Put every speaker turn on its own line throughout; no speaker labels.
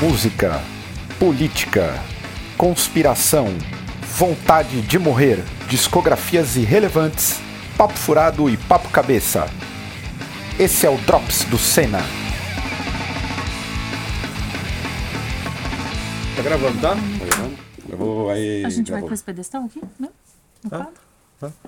música, política, conspiração, vontade de morrer, discografias irrelevantes, papo furado e papo cabeça. Esse é o Drops do Senna.
Tá gravando, tá? Tá gravando? Gravou aí.
A gente vai
gravou.
com esse pedestal aqui? Não? No quadro?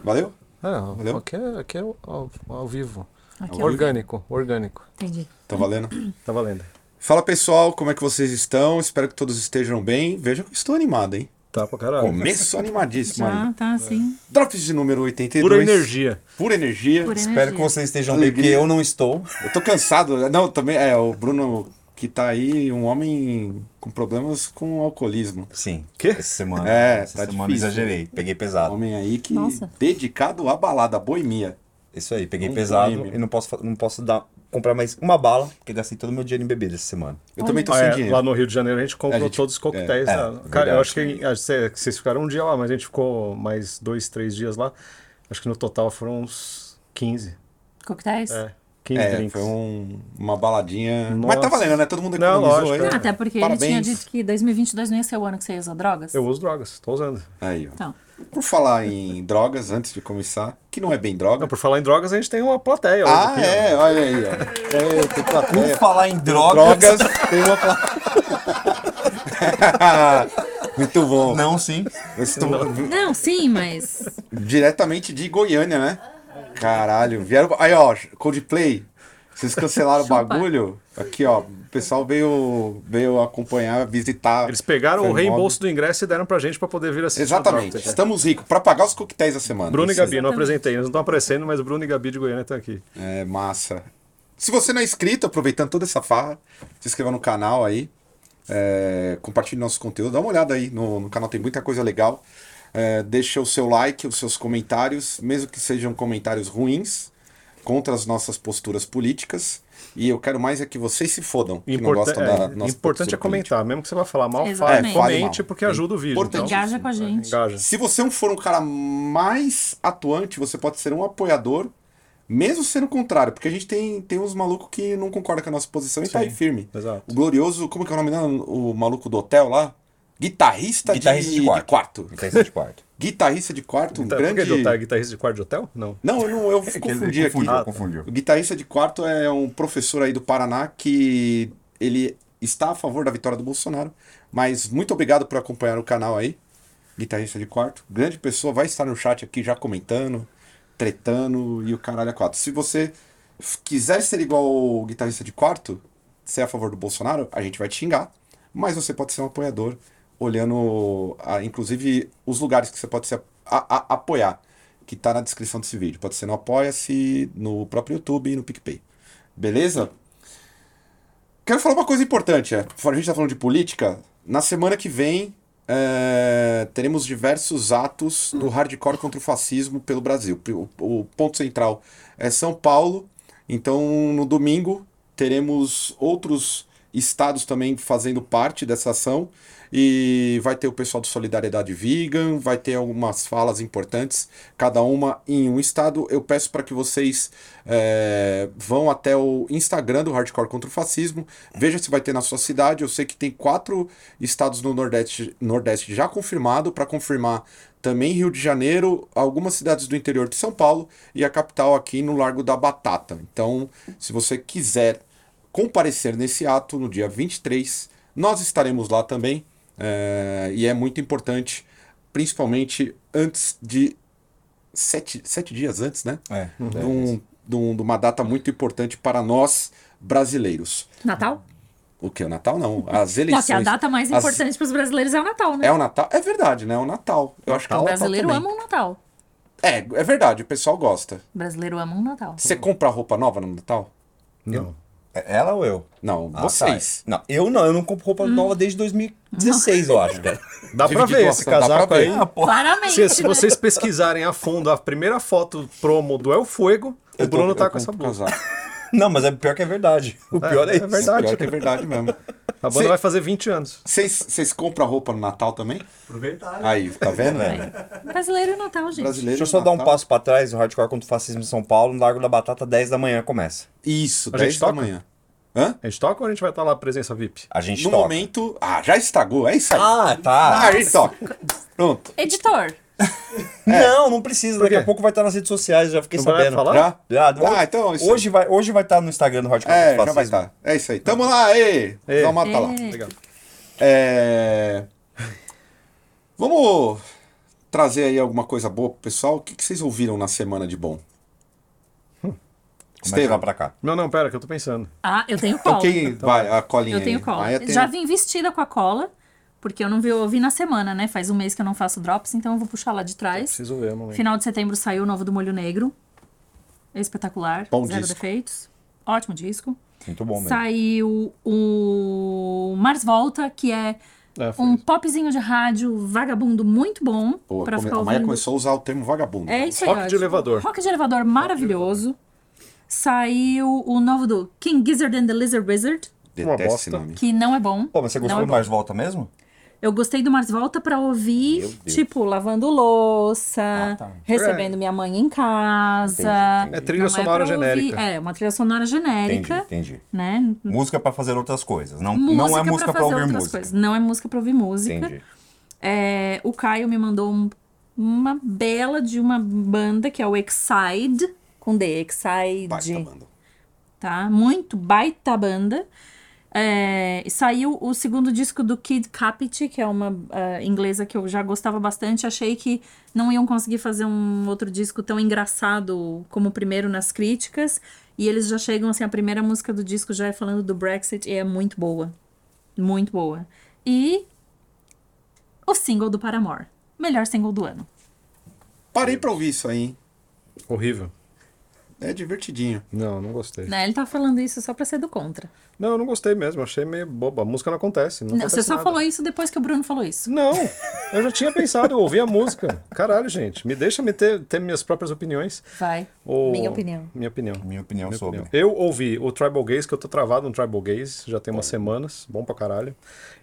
Valeu?
É,
Valeu?
aqui é, aqui é ao, é ao vivo.
Aqui, ó.
Orgânico, orgânico.
Entendi.
Tá valendo?
Tá valendo.
Fala pessoal, como é que vocês estão? Espero que todos estejam bem. Veja que eu estou animado, hein?
Tá pra caralho.
Começo animadíssimo aí.
Já tá assim.
Drops de número 82.
Pura energia.
Pura energia.
Pura
Espero
energia.
que vocês estejam
Alegria.
bem, porque eu não estou.
Eu tô cansado. Não, também é o Bruno que tá aí, um homem com problemas com alcoolismo.
Sim.
Quê?
Essa semana.
É,
essa
tá
semana
difícil.
exagerei. Peguei pesado.
Um Homem aí que
Nossa.
dedicado à balada, à boemia.
Isso aí, peguei
Um
pesado
crime.
e não posso, fa- não posso dar, comprar mais uma bala, porque gastei todo o meu dinheiro em bebida essa semana.
Eu também tô
Ah,
sem
é,
dinheiro.
lá no Rio de Janeiro a gente comprou
A gente-
todos os coquetéis.
é,
lá.
é,
Cara, eu
verdade.
acho que, acho que vocês ficaram um dia lá, mas a gente ficou mais dois, três dias lá. Acho que no total foram uns 15.
Coquetéis?
É, 15
É,
drinks.
foi um- uma baladinha. Mas tá
Nossa.
valendo, né? Todo mundo
Não,
economizou
lógico,
aí.
é.
Até porque ele tinha
Parabéns.
dito que 2022 não ia ser o ano que você ia usar drogas.
Eu uso drogas, tô usando.
Aí, ó.
Então,
Por falar em drogas, antes de começar, que não é bem droga.
Não, por falar em drogas, a gente tem uma plateia hoje
Ah,
aqui, ó.
é, olha aí, ó. É, tem
Por
plateia.
falar em drogas.
Drogas, tem uma plateia. Muito bom.
Não, sim.
Eu estou
não, sim, mas.
diretamente de Goiânia, né? Caralho, vieram. Aí, ó, Coldplay. Vocês cancelaram o
Chupa.
bagulho? Aqui, ó. O pessoal veio, veio acompanhar, visitar.
Eles pegaram
Foi
o
mó-
reembolso do ingresso e deram pra gente pra poder vir assistir. o
Exatamente.
Drops.
Estamos ricos pra pagar os coquetéis da semana.
Bruno e
Isso é aí.
Gabi, não apresentei, eles não estão aparecendo, mas Bruno e Gabi de Goiânia estão aqui.
É, massa. Se você não é inscrito, aproveitando toda essa farra, se inscreva no canal aí, é, compartilhe nosso conteúdo, dá uma olhada aí no, no canal, tem muita coisa legal. É, deixa o seu like, os seus comentários, mesmo que sejam comentários ruins, contra as nossas posturas políticas. E eu quero mais é que vocês se fodam, que não
Importa-
gostam
é,
da nossa
importante é
postura política.
comentar, mesmo que você vá falar mal, fala,
Exatamente.
É, fale
comente,
mal.
porque ajuda o vídeo. Então.
Importante.
Engaja com a gente.
Engaja.
Se você não for um cara mais atuante, você pode ser um apoiador, mesmo sendo o contrário, porque a gente tem, tem uns malucos que não concordam com a nossa posição e tá aí firme.
Exato.
O glorioso, como que é o nome dele? O maluco do hotel lá? Guitarrista, de-
Guitarrista de quarto. Guitarrista de quarto.
Guitarrista de quarto, um
Tá,
grande.
Por que de otário? Guitarrista de quarto de hotel? Não.
Não, eu, não, eu confundi aqui.
É Confundiu, confundiu.
O guitarrista de quarto é um professor aí do Paraná que ele está a favor da vitória do Bolsonaro. Mas muito obrigado por acompanhar o canal aí. Guitarrista de quarto, grande pessoa, vai estar no chat aqui já comentando, tretando e o caralho a quatro. Se você f- quiser ser igual o guitarrista de quarto, ser a favor do Bolsonaro, a gente vai te xingar, mas você pode ser um apoiador, olhando, a- inclusive, os lugares que você pode se a- a- a- apoiar que tá na descrição desse vídeo. Pode ser no Apoia-se, no próprio YouTube e no PicPay. Beleza? Quero falar uma coisa importante. É, a gente tá falando de política. Na semana que vem, é, teremos diversos atos do hardcore contra o fascismo pelo Brasil. O, o ponto central é São Paulo. Então, no domingo, teremos outros estados também fazendo parte dessa ação. E vai ter o pessoal do Solidariedade Vegan, vai ter algumas falas importantes, cada uma em um estado. Eu peço para que vocês eh, vão até o Instagram do Hardcore contra o Fascismo, veja se vai ter na sua cidade. Eu sei que tem quatro estados no Nordeste, Nordeste já confirmado, para confirmar também Rio de Janeiro, algumas cidades do interior de São Paulo e a capital aqui no Largo da Batata. Então, se você quiser comparecer nesse ato no dia 23. Nós estaremos lá também eh, e é muito importante, principalmente antes de sete, sete dias antes, né?
É.
De, um- de um- de uma data muito importante para nós brasileiros.
Natal?
O que? O Natal não. As
Não, que é a
eleições.
data mais
as-
importante pros brasileiros é o Natal, né?
É o Natal? É verdade, né? É o Natal. Eu acho que é o
o
Natal
brasileiro
também.
ama o Natal.
É, é verdade, o pessoal gosta.
O brasileiro ama o Natal.
Você
Hum.
compra roupa nova no Natal?
Não.
É Ela ou eu?
Não,
Ah,
vocês.
tá. Não, eu não, eu não compro roupa nova desde 2016, eu acho, cara.
Dá pra
Dividido
ver
a-
esse
dá pra
casaco
ver.
aí.
Ah, porra.
Claramente.
Se, se
né?
vocês pesquisarem a fundo a primeira foto promo do El Fuego, o Bruno tá
um
com essa blusa.
Não, mas é pior que é verdade. O pior é,
é
isso.
verdade.
Pior que é verdade mesmo.
A banda
Se-
vai fazer 20 anos.
Vocês- Vocês compram roupa no Natal também?
Verdade.
Aí, tá vendo?
Brasileiro e Natal, gente.
Brasileiro.
né? Deixa eu só dar um
Natal.
passo pra trás. O Hardcore contra o Fascismo em São Paulo, no Largo da Batata, 10 da manhã começa.
Isso,
A
10
gente
da
toca?
manhã. Hã?
A gente toca ou a gente vai estar lá presença VIP?
A gente
No
toca.
momento. Ah, já estragou. É isso aí.
Ah, tá.
Ah, a gente toca. Pronto.
Editor,
Não, não precisa. Daqui
quê?
a pouco vai estar nas redes sociais, já fiquei
Não vai
sabendo.
falar?
Já?
Já,
Ah, então, isso-
hoje vai hoje vai estar no Instagram do Hardcore
É, já
Fascismo.
vai estar. É isso aí. Tamo lá, ê!
Ê.
Dá uma mata Tá, lá.
Legal.
É... Vamos trazer aí alguma coisa boa pro pessoal. O que, que vocês ouviram na semana de bom?
Mas
Estevam,
vai pra cá.
Não, não, pera, que eu tô pensando.
ah, eu tenho
então
cola.
quem vai? A colinha
Eu tenho
aí.
cola.
Maia tem- um-
Já vim vestida com a cola, porque eu não vi, eu ouvi na semana, né? Faz um mês que eu não faço drops, então eu vou puxar lá de trás.
Preciso ver, mano.
Final de setembro saiu o novo do Molho Negro. É Espetacular.
Bom
Zero
disco.
defeitos. Ótimo disco.
Muito bom mesmo.
Saiu o Mars Volta, que é
É, foi
um
isso.
popzinho de rádio vagabundo muito bom.
Pô,
pra
come-
ficar
A Maia
ouvindo.
começou a usar o termo vagabundo.
É isso aí.
Rock
eu
de
acho.
elevador.
Rock de elevador maravilhoso. Saiu o novo do King Gizzard and the Lizard Wizard,
Uma
Detesto esse
bosta.
nome.
que não é bom.
Pô, mas você gostou
não é
do
bom.
Mais Volta mesmo?
Eu gostei do Mars Volta pra
Meu
ouvir,
Deus.
tipo, lavando louça,
Ah, tá.
recebendo minha mãe em casa.
Entendi, entendi.
É trilha
Não
sonora
pra ouvir-
genérica.
É, uma trilha sonora
Entendi,
genérica,
entendi.
né?
Música pra fazer outras coisas. Não,
Música
não é música
pra
pra
fazer
ouvir
outras
música.
coisas. Não é música pra ouvir música.
Entendi.
É, o Caio me mandou um- uma bela de uma banda que é o Exide, com D,
Vai,
Exide.
tá bando.
tá? Muito baita banda. É, e saiu o segundo disco do Kid Capit, que é uma ah, inglesa que eu já gostava bastante. Achei que não iam conseguir fazer um outro disco tão engraçado como o primeiro nas críticas. E eles já chegam, assim, a primeira música do disco já é falando do Brexit e é muito boa. Muito boa. E o single do Paramore. Melhor single do ano.
Parei pra ouvir isso aí, hein?
Horrível.
É divertidinho.
Não, não gostei.
Né? Ele tá falando isso só pra ser do contra.
Não, eu não gostei mesmo. Achei meio boba. A música não acontece. Não,
Não,
acontece
você só
nada.
falou isso depois que o Bruno falou isso.
Não, eu já tinha pensado, eu ouvi a música. Caralho, gente, me deixa me ter, ter minhas próprias opiniões.
Vai.
Ou-
Minha opinião.
Minha opinião.
Minha opinião sobre.
opinião. Eu ouvi o Tribal Gaze, que eu tô travado no Tribal Gaze, já tem umas semanas, bom pra caralho.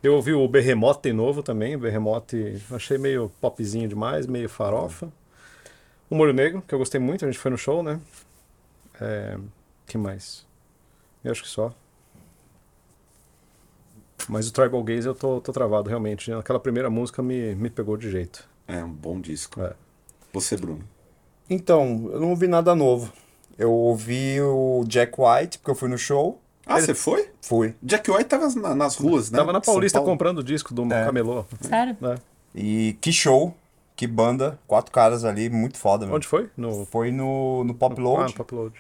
Eu ouvi o Berremote novo também, o Berremote achei meio popzinho demais, meio farofa. O Molho Negro, que eu gostei muito, a gente foi no show, né? É, que mais? Eu acho que só. Mas o Tribal Gaze eu tô, tô travado, realmente. Aquela primeira música me, me pegou de jeito.
É um bom disco.
É.
Você, Bruno.
Então, eu não ouvi nada novo. Eu ouvi o Jack White, porque eu fui no show.
Ah, você foi?
Fui.
Jack White tava na- nas ruas, né?
Tava na
São
Paulista
Paulo.
comprando o disco do Camelô.
Sério?
né?
E que show, que banda. Quatro caras ali, muito foda, meu.
Onde foi? No,
Foi no, no Pop
ah,
Load,
no Popload.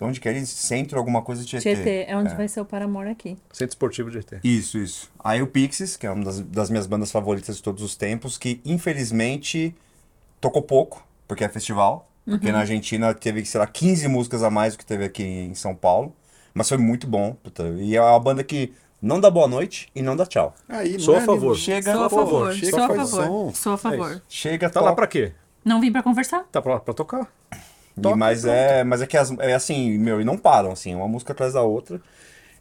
onde que eles centro alguma coisa de Tietê.
Tietê é onde vai ser o Paramore aqui.
Centro Esportivo de ET.
Isso, isso. Aí o Pixies, que é uma das, das minhas bandas favoritas de todos os tempos, que infelizmente tocou pouco, porque é festival. Porque
Uhum.
na Argentina teve, sei lá, 15 músicas a mais do que teve aqui em São Paulo. Mas foi muito bom. puta. E é uma banda que não dá boa noite e não dá tchau.
Aí,
Sou a
mano,
favor.
Chega,
Sou a
pô,
favor,
chega,
sou a
faz
favor.
som. É
Sou a favor.
Chega,
Tá lá
toca.
pra quê?
Não vim pra conversar?
Tá pra, pra tocar.
E-
Toca,
mas
pronto.
é, mas é que as, é assim, meu, e não param, assim, uma música atrás da outra.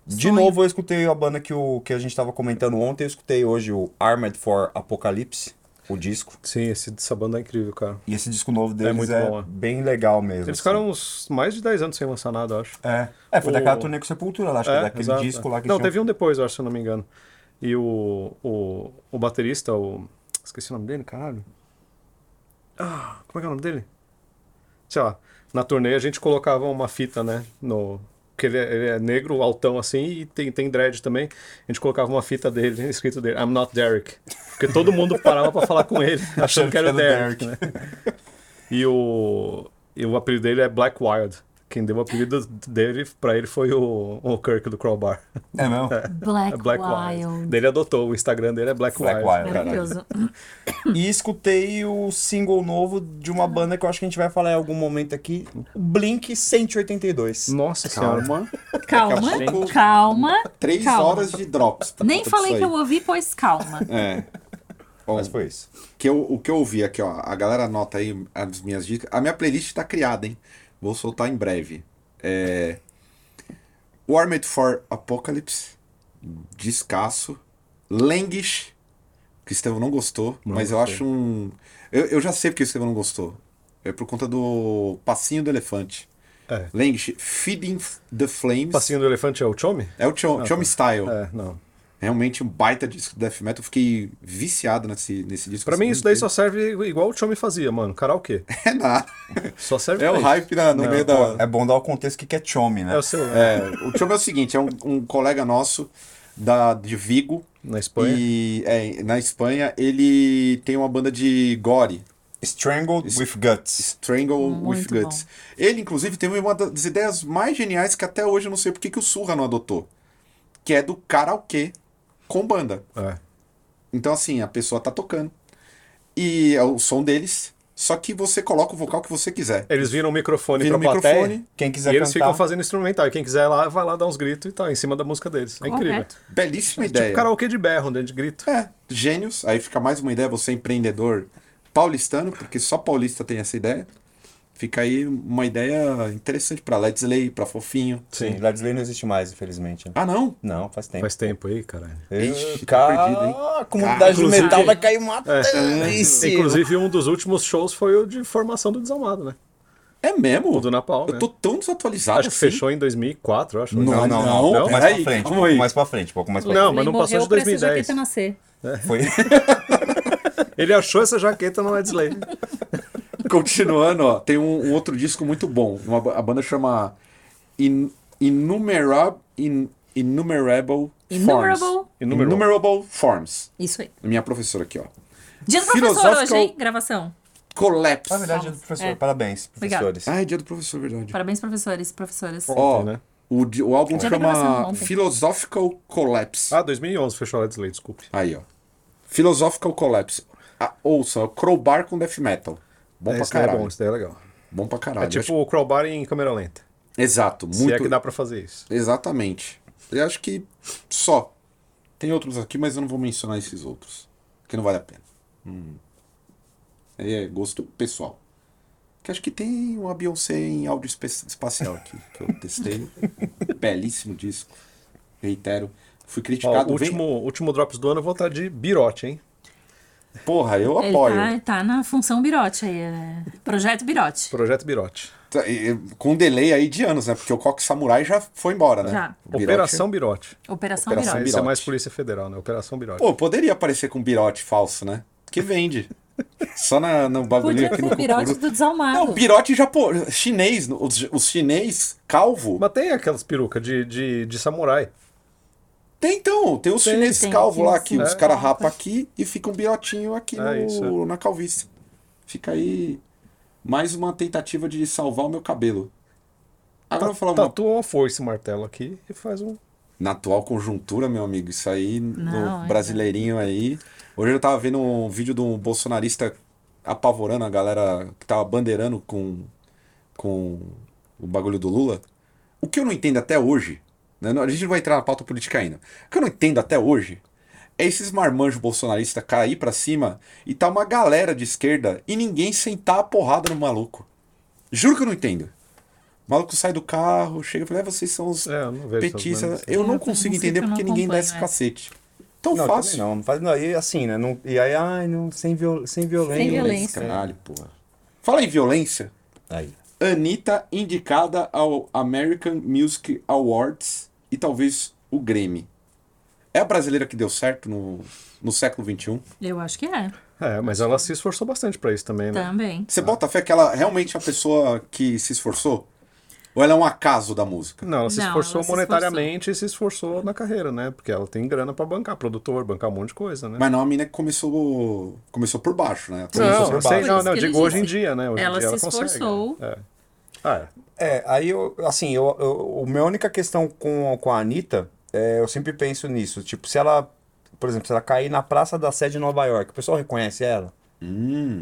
De
Sonho.
novo, eu escutei a banda que, o, que a gente tava comentando ontem, eu escutei hoje o Armored for Apocalypse, o disco.
Sim, esse, essa banda é incrível, cara.
E esse disco novo deles é,
muito bom, é.
bem legal mesmo.
Eles
assim.
ficaram uns mais de 10 anos sem lançar nada, eu acho.
É, é foi
O-
daquela turnê com Sepultura lá, acho que é daquele
exato,
disco
é.
lá que
Não,
tinha-
teve um depois, eu acho, se eu não me engano. E o, o, o baterista, o. Esqueci o nome dele, caralho. Ah, como é que é o nome dele? Sei lá. Na turnê a gente colocava uma fita, né? No. Porque ele é, ele é negro, altão assim, e tem, tem dread também. A gente colocava uma fita dele, escrito dele, I'm not Derek. Porque todo mundo parava pra falar com ele, achando que era o Derek. Né? E o, e o apelido dele é Black Wild. Quem deu o apelido dele pra ele foi o, o Kirk do Crowbar.
É mesmo?
Black,
É Black Wild.
Wild.
Dele adotou, o Instagram dele é Black,
Black
Wild.
Wild.
Maravilhoso.
E escutei o single novo de uma banda que eu acho que a gente vai falar em algum momento aqui, o Blink 182.
Nossa senhora.
Calma.
Calma,
Daqui a pouco,
calma.
Três
calma.
horas de drops. por
Nem
conta
falei
disso
que
aí.
eu ouvi, pois calma.
É. Bom,
Mas foi isso.
que eu- o que eu ouvi aqui, ó. A galera anota aí as minhas dicas. A minha playlist tá criada, hein? Vou soltar em breve. É... Warmed for Apocalypse. Descasso. Languish. Que o Estevão não gostou. mas eu
gostei.
acho um. Eu, eu já sei porque o Estevão não gostou. É por conta do passinho do elefante.
É.
Language, Feeding the Flames.
Passinho do Elefante é o Chomi?
É o Chom, Chom Style.
É, não.
Realmente um baita disco de death metal. Fiquei viciado nesse, nesse disco.
Pra mim,
Assim,
isso daí só serve igual o Chomi fazia, mano. Karaokê.
É nada.
Só serve
É
pra
o
isso.
hype na- no
Não,
meio da.
É bom dar o contexto que que é chome, né?
É o seu.
É, o Chom é o seguinte: é um, um colega nosso da, de Vigo.
Na Espanha.
E é, na Espanha ele tem uma banda de gore,
Strangled with Guts.
Strangle with
Muito
Guts. Ele, inclusive, teve uma das ideias mais geniais que até hoje eu não sei porque que o Surra não adotou. Que é do karaokê com banda.
É.
Então, assim, a pessoa tá tocando. E é o som deles. Só que você coloca o vocal que você quiser.
Eles viram o microfone
Vira
pra
o microfone.
plateia.
Quem quiser
e eles
cantar.
ficam fazendo instrumental. E quem quiser lá, vai lá dar uns gritos e tal, em cima da música deles. É incrível.
Correto.
Belíssima
Tipo
ideia.
karaokê de berro, né? De grito.
É, gênios. Aí fica mais uma ideia, você é empreendedor paulistano, porque só paulista tem essa ideia. Fica aí uma ideia interessante pra Let's Lay, pra Fofinho.
Sim, Led Zeppelin não existe mais, infelizmente. né?
Ah, não?
não, faz tempo. É,
Faz tempo aí, caralho.
Ixi, tá perdido, hein?
Cara, a comunidade do
Inclusive- É.
metal vai cair matando.
Inclusive, um dos últimos shows foi o de formação do Desalmado, né?
É mesmo?
O do Napalm,
Eu
né?
tô tão desatualizado
Acho que
assim.
fechou em 2004, acho.
Não,
Não, não, não. Um
Não,
pouco mais
peraí,
pra frente. Um
calma aí.
pouco mais pra frente. Um pouco mais pra
Não,
frente.
mas não
morreu
passou de
pra essa
2010.
jaqueta nascer.
Foi.
Ele achou essa jaqueta no Led Slay.
Continuando, ó, tem um, um outro disco muito bom. Uma, ba- a banda chama In, Innumerable, In- Innumerable Forms.
Innumerable.
Innumerable.
Innumerable Forms.
Isso aí.
Minha professora aqui, ó.
Dia do professor
Philosophical-
hoje, hein? Gravação.
Collapse.
Na verdade, é do professor.
É.
Parabéns,
Obrigada.
professores.
Ah, é dia do professor, verdade.
Parabéns, professores e professoras.
Ó,
né?
o, di- o álbum
Dia da gravação,
chama
ontem.
Philosophical Collapse.
Ah, 2011 fechou o Led Slay, desculpe.
Aí, ó. Philosophical Collapse. Ah, ouçam, é o Crowbar com Death Metal. Bom pra
esse daí é
caralho.
bom, esse daí é legal.
bom pra caralho.
É tipo o Crowbar em câmera lenta.
Exato,
Se
muito.
é que dá pra fazer isso.
Exatamente. Eu acho que só. Tem outros aqui, mas eu não vou mencionar esses outros. Que não vale a pena. Hum. Aí é gosto pessoal. Que acho que tem uma Beyoncé em áudio espe- espacial aqui, que eu testei. Belíssimo disco. Reitero. Fui
Ó,
criticado.
o
vem-
último, último Drops do ano eu vou estar de birote, hein?
Porra, eu
Ele
apoio.
tá, tá na função birote aí. é. Projeto birote.
Projeto Birote.
Tá, e- e- Com um delay aí de anos, né? Porque o Coque Samurai já foi embora, né?
Já.
O Birote-
Operação Birote.
Operação
Operação, birote.
Isso é
Birote.
mais Polícia Federal, né? Operação Birote.
Pô, poderia aparecer com um birote falso, né? Que vende. Só na, no bagulho
Podia
aqui
ser
no
o birote
cucuruto.
do desalmado.
Não, birote japonês, chinês, os, os chinês calvo.
Mas tem aquelas perucas de, de, de samurai.
Então, Tem então, tem os
Tem,
chineses
tem,
calvo
tem
lá
sim.
que os
É.
caras rapam aqui e fica um birotinho aqui
É
no-
isso, é.
na calvície. Fica aí mais uma tentativa de salvar o meu cabelo.
Tá,
Agora eu vou falar uma...
Tatua uma foice martelo aqui e faz um.
Na atual conjuntura, meu amigo, isso aí
Não,
no
é.
brasileirinho aí. Hoje eu tava vendo um vídeo de um bolsonarista apavorando a galera que tava bandeirando com, com o bagulho do Lula. O que eu não entendo até hoje, né, não- a gente não vai entrar na pauta política ainda. O que eu não entendo até hoje é esses marmanjos bolsonaristas cair pra cima e tá uma galera de esquerda e ninguém sentar a porrada no maluco. Juro que eu não entendo. O maluco sai do carro, chega e fala: "É, vocês são os
É, eu não vejo. essas
petista,
merdas.
eu não
Eu
consigo
não sei
entender
que eu
porque
não
ninguém dá esse
acompanho, é.
cacete. Tão
Não, também
fácil.
não. Não faz. Não, e assim, né? não- e aí, ai, não, sem, viol, sem violência.
Sem violência.
Esse Caralho, porra. Fala em violência.
Aí.
Anitta indicada ao American Music Awards e talvez o Grammy. É a brasileira que deu certo no, no século um? XXI.
Eu acho que é.
É, mas ela se esforçou bastante pra isso também, né?
Também.
Você bota fé que ela realmente é uma pessoa que se esforçou? Ou ela é um acaso da música?
Não, ela se
Não,
esforçou
ela se
monetariamente e se esforçou na carreira, né? Porque ela tem grana pra bancar, produtor, bancar um monte de coisa, né?
Mas não, a mina que começou, começou por baixo, né?
Não,
Começou
não,
por
eu sei,
baixo.
não,
Por isso
não, eu
que ele
digo hoje em
disse.
dia, né? Hoje em
Ela
dia
se
consegue.
esforçou.
É. Ah, é.
É, aí eu, assim, eu, eu, a minha única questão com, com a Anitta, é, eu sempre penso nisso. Tipo, se ela, por exemplo, se ela cair na Praça da Sé de Nova York, o pessoal reconhece ela?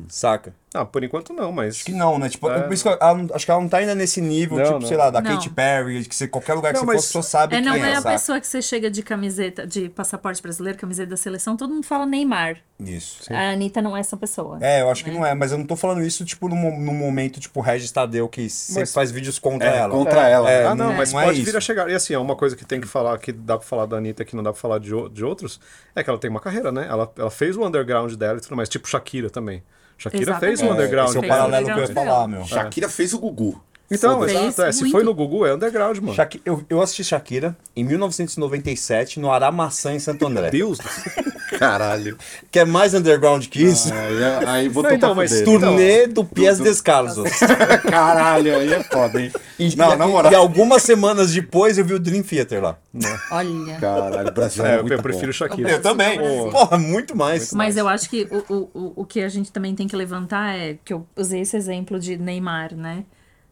Saca?
Ah, por enquanto não, mas.
Acho que não, né? Tipo,
É.
por isso que ela não- acho que ela não tá ainda nesse nível,
Não,
tipo,
não.
sei lá, da
Não.
Katy Perry, que você, qualquer lugar que
Não,
você
mas-
for, você sabe
É, não
quem
é
é,
a
saca?
pessoa que você chega de camiseta, de passaporte brasileiro, camiseta da seleção, todo mundo fala Neymar.
Isso.
A Anitta não é essa pessoa.
É, eu acho que não é, mas eu não tô falando isso, tipo, num, mo- num momento, tipo, Regis Tadeu, que sempre
Mas-
faz vídeos contra
É,
ela.
contra ela.
É,
Ah, não,
não-
mas
não é
pode
isso.
vir a chegar. E assim, é uma coisa que tem que falar, que dá pra falar da Anitta que não dá pra falar de, o- de outros, é que ela tem uma carreira, né? Ela, ela fez o underground dela e tudo mais, tipo Shakira também. Shakira
Exatamente.
fez o
É,
underground
esse é o
fez o
dela.
paralelo que eu ia
underground
falar, meu.
Shakira fez o Gugu.
Então,
Fez
exato. é, se
muito.
foi no Gugu, é underground, mano.
Shaki- eu, eu assisti Shakira em 1997 no Aramaçã, em Santo André.
Deus do céu.
Caralho.
Quer mais underground que isso?
Aí, aí botou
então,
pra
mas
fuder.
Turnê do Pies Descalços.
Tá
Caralho, aí é foda, hein?
E,
não,
e-
na
e
moral.
algumas semanas depois eu vi o Dream Theater lá. é
Olha.
Caralho, o Brasil
É,
é,
eu,
muito
eu prefiro Shakira.
Eu também.
Pô.
Porra, muito mais.
Mas é eu acho que o, o, o- o que a gente também tem que levantar é que eu usei esse exemplo de Neymar, né?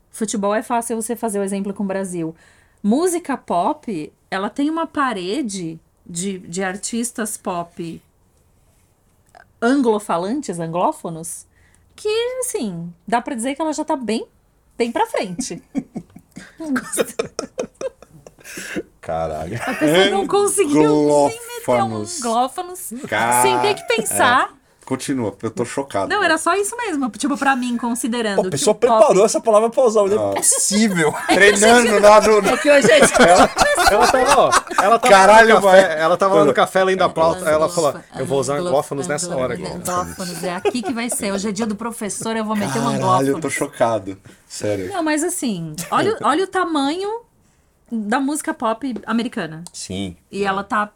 Futebol é fácil você fazer o exemplo com o Brasil. Música pop, ela tem uma parede de, de artistas pop anglofalantes, anglófonos, que, assim, dá pra dizer que ela já tá bem, bem pra frente.
Caralho.
A pessoa não conseguiu nem meter um
Anglófonos.
anglófonos sem
Cara, é.
ter que pensar.
bom. Continua, eu tô chocado.
Não, era só isso mesmo. Tipo, pra mim, considerando.
Pô, a
que
pessoa
o pop-
preparou essa palavra pra usar, mas não é possível.
Treinando lá no...
É que hoje é.
Ela tava, ó, ela tava
Caralho,
lá no
vai.
café, ela tava lá no café lendo a pauta, ela
Anglófono-
falou, eu vou usar
anglo-
anglófonos nessa hora aqui.
Anglófonos, é aqui que vai ser. Hoje é dia do professor, eu vou meter um
Caralho, eu tô
anglófono.
chocado. Sério.
Não, mas assim, olha, o- olha o tamanho da música pop americana.
Sim.
E ela tá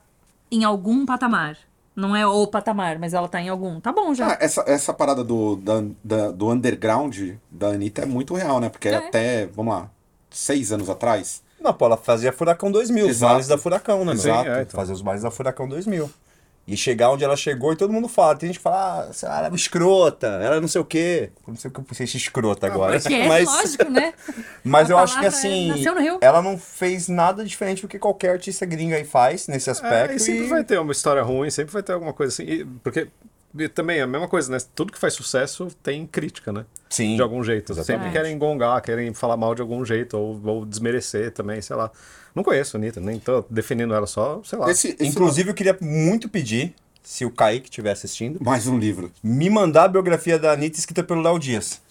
em algum patamar. Não é o patamar, mas ela tá em algum. Tá bom já.
Ah, essa, essa parada do, da- da- do underground da Anitta é muito real, né? Porque era
É.
até, vamos lá, seis anos atrás.
Não, pô, ela fazia Furacão 2000, os
Exato.
bares da Furacão, né? meu?
Sim,
Exato.
é, então.
Fazer os bares da Furacão 2000. E chegar onde ela chegou e todo mundo fala. Tem gente que fala, ah, sei lá, ela é uma escrota, ela é não sei o quê. Não sei o que eu pensei esse escrota agora.
Porque é lógico, né?
Mas
A
eu acho que
palavra
assim,
nasceu no Rio.
ela não fez nada diferente do que qualquer artista gringa aí faz nesse aspecto.
É, e sempre
e-
vai ter uma história ruim, sempre vai ter alguma coisa assim. e- porque e também é a mesma coisa, né? Tudo que faz sucesso tem crítica, né?
Sim.
De algum jeito.
Exatamente.
Sempre querem gongar, querem falar mal de algum jeito, ou, ou desmerecer também, sei lá. Não conheço a Anitta, nem tô defendendo ela só, sei lá.
Esse, esse-
Inclusive, eu queria muito pedir, se o Kaique estiver assistindo,
Mais um livro.
me mandar a biografia da Anitta escrita pelo Léo Dias.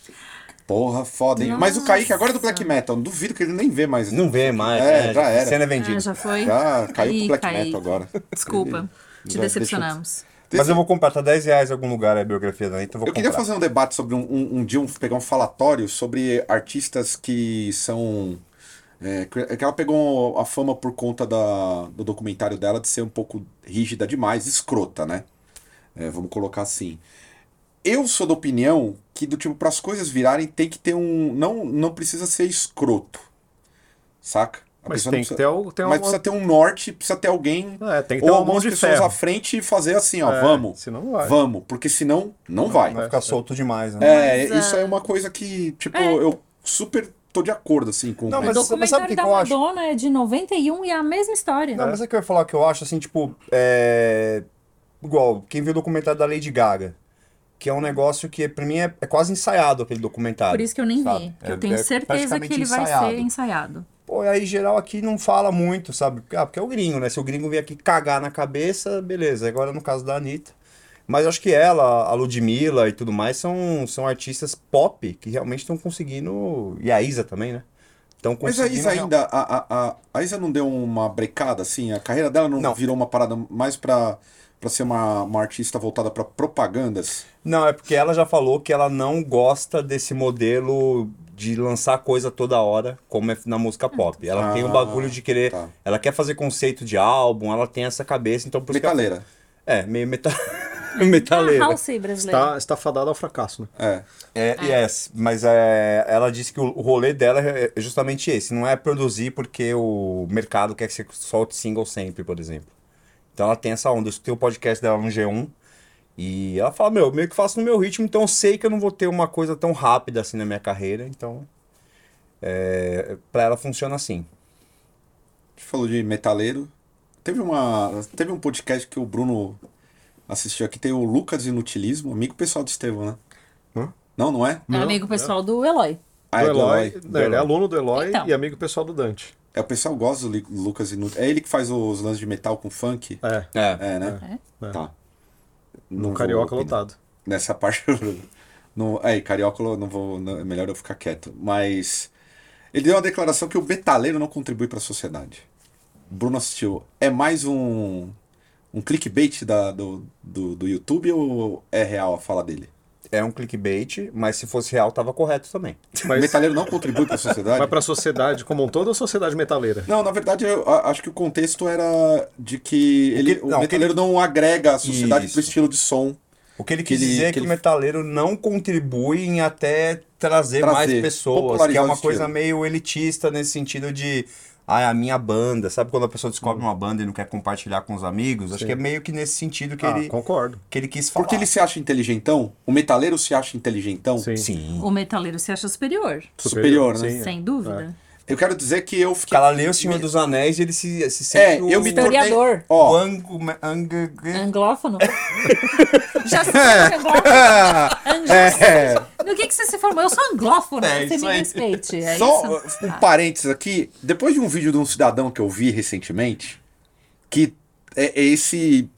Porra, foda, hein? Mas o Kaique agora é do black metal. Duvido que ele nem vê mais.
Não vê mais,
É,
né?
já era.
Cena
Ah,
vendida.
já foi.
Já caiu pro
Ih,
black
caí.
metal agora.
Desculpa, te
Já deixa eu-
decepcionamos.
Mas eu vou comprar, tá 10 reais em algum lugar a biografia da Anitta, eu vou
Eu queria
comprar.
fazer um debate sobre um, um, um dia, um, pegar um falatório sobre artistas que são. É, que que ela pegou a fama por conta da, do documentário dela de ser um pouco rígida demais, escrota, né? É, vamos colocar assim. Eu sou da opinião que, do tipo, para as coisas virarem, tem que ter um. Não, não precisa ser escroto, saca? A
Mas
pessoa
tem
não
que
precisa-
ter, al- tem
Mas
uma-
precisa ter um norte, precisa ter alguém.
É, tem que ter
Ou
uma mão
algumas
de
pessoas
ferro.
à frente e fazer assim, ó,
É,
vamos.
senão não vai.
Vamos, porque senão não vai.
Vai ficar solto demais, né?
É,
Mas,
isso
ah,
é uma coisa que, tipo,
É.
eu super tô de acordo, assim, com
Não,
o
mas-
o
Max.
mas sabe
documentário
o que
da
que eu acho?
Madonna é de 91 e é a mesma história.
Não, mas é que eu ia falar o que eu acho, assim, tipo, é... Igual, quem viu o documentário da Lady Gaga, que é um negócio que, pra mim, é, é quase ensaiado aquele documentário.
Por isso que eu nem
sabe?
vi. que
É-
eu tenho
é
certeza
praticamente
que ele
ensaiado.
vai ser ensaiado.
Pô, e aí geral aqui não fala muito, sabe? Ah, porque é o gringo, né? Se o gringo vier aqui cagar na cabeça, beleza. Agora no caso da Anitta. Mas eu acho que ela, a Ludmilla e tudo mais são, são artistas pop que realmente estão conseguindo. E a Isa também, né? Estão
Mas a
conseguindo.
Isa ainda, a, a, a, a Isa não deu uma brecada, assim? A carreira dela não,
Não.
virou uma parada mais pra, pra ser uma, uma artista voltada pra propagandas?
Não, é porque ela já falou que ela não gosta desse modelo de lançar coisa toda hora, como é na música pop. Ela
Ah,
tem o bagulho de querer.
tá.
Ela quer fazer conceito de álbum, ela tem essa cabeça, então por isso que ela-
Metaleira.
É, meio metal... metaleira.
Ah, Halsey
né?
brasileiro.
Está, está fadado ao fracasso, né?
É.
É, yes, mas é, ela disse que o, o rolê dela é é justamente esse, não é produzir porque o mercado quer que você solte single sempre, por exemplo. Então ela tem essa onda, eu escutei o podcast dela no G1 e ela fala, meu, eu meio que faço no meu ritmo, então eu sei que eu não vou ter uma coisa tão rápida assim na minha carreira, então é, pra ela funciona assim.
A gente falou de metaleiro. Teve uma, teve um podcast que o Bruno assistiu aqui, tem o Lucas Inutilismo, amigo pessoal do Estevão, né?
Hã?
Não, não é?
É amigo pessoal do Eloy.
Ah, é
do
do
Eloy,
Eloy.
né, ele é aluno do Eloy
Então.
e amigo pessoal do Dante.
É, o pessoal gosta do Li- Lucas Inutilismo. É ele que faz os lances de metal com funk?
É,
É,
É, né?
É.
Tá. Não
no
vou
Carioca
opinar.
lotado.
Nessa parte. eu não, aí, Carioca, eu não vou. não- é melhor eu ficar quieto. Mas. Ele deu uma declaração que o betaleiro não contribui para a sociedade. Bruno assistiu. É mais um. Um clickbait da, do, do, do YouTube ou é real a fala dele?
é um clickbait, mas se fosse real, tava correto também.
O
Mas,
metaleiro não contribui para a sociedade?
mas pra sociedade como um todo ou sociedade metaleira?
Não, na verdade, eu a- acho que o contexto era de que ele, o
não, o que
metaleiro não agrega a sociedade
Isso.
pro estilo de som.
O que ele
Que
quis
ele-
dizer é
que
que,
ele-
o metaleiro não contribui em até trazer,
Trazer,
mais pessoas, que é
popularizar o
uma
estilo.
coisa meio elitista nesse sentido de ah, é a minha banda, sabe quando a pessoa descobre
Uhum.
uma banda e não quer compartilhar com os amigos? Acho que é meio que nesse sentido que,
Ah,
ele,
concordo.
que ele quis falar.
Porque ele se acha inteligentão, o metaleiro se acha inteligentão.
Sim.
Sim.
O metaleiro se acha superior.
Superior, né?
Sim, é.
Sem dúvida.
Eu quero dizer que eu fiquei.
Cara, lê o Senhor dos Anéis e ele se, se
É,
sente o...
eu me tornei.
Historiador.
o
Ó,
Ang... Ang...
Anglófono? Já se formou anglófono? Anglo-
é,
No que, que você se formou? Eu sou anglófono,
É,
você
isso
me
aí.
respeite. É
só
isso?
um parênteses aqui. Depois de um vídeo de um cidadão que eu vi recentemente, que é, é esse.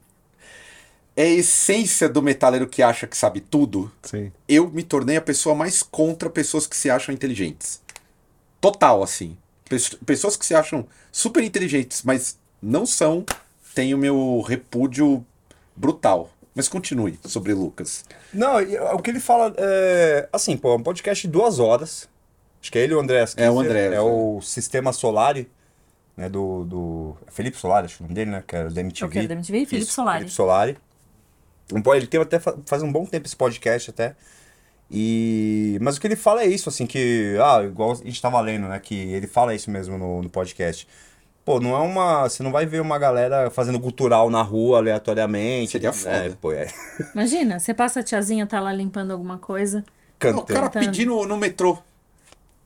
É a essência do metaleiro que acha que sabe tudo.
Sim.
eu me tornei a pessoa mais contra pessoas que se acham inteligentes. Total, assim. Pesso- Pessoas que se acham super inteligentes, mas não são, tem o meu repúdio brutal. Mas continue sobre Lucas.
Não, e, ó, o que ele fala é. Assim, pô, é um podcast de duas horas. Acho que é ele e o André Asquizer,
É o André,
É
é.
o Sistema Solari, né? Do. do é Felipe Solari, acho o nome dele, né? Que era da MTV.
Eu quero da MTV, Felipe Solari.
Felipe Solari. Um po- Ele tem até fa- faz um bom tempo esse podcast até. E. Mas o que ele fala é isso, assim, que. Ah, igual a gente tava lendo, né? Que ele fala isso mesmo no, no podcast. Pô, não é uma. Você não vai ver uma galera fazendo cultural na rua aleatoriamente.
Seria
né,
foda.
pô, é.
Imagina, você passa a tiazinha, tá lá limpando alguma coisa.
Não, o cara
Cantando.
pedindo no metrô. O,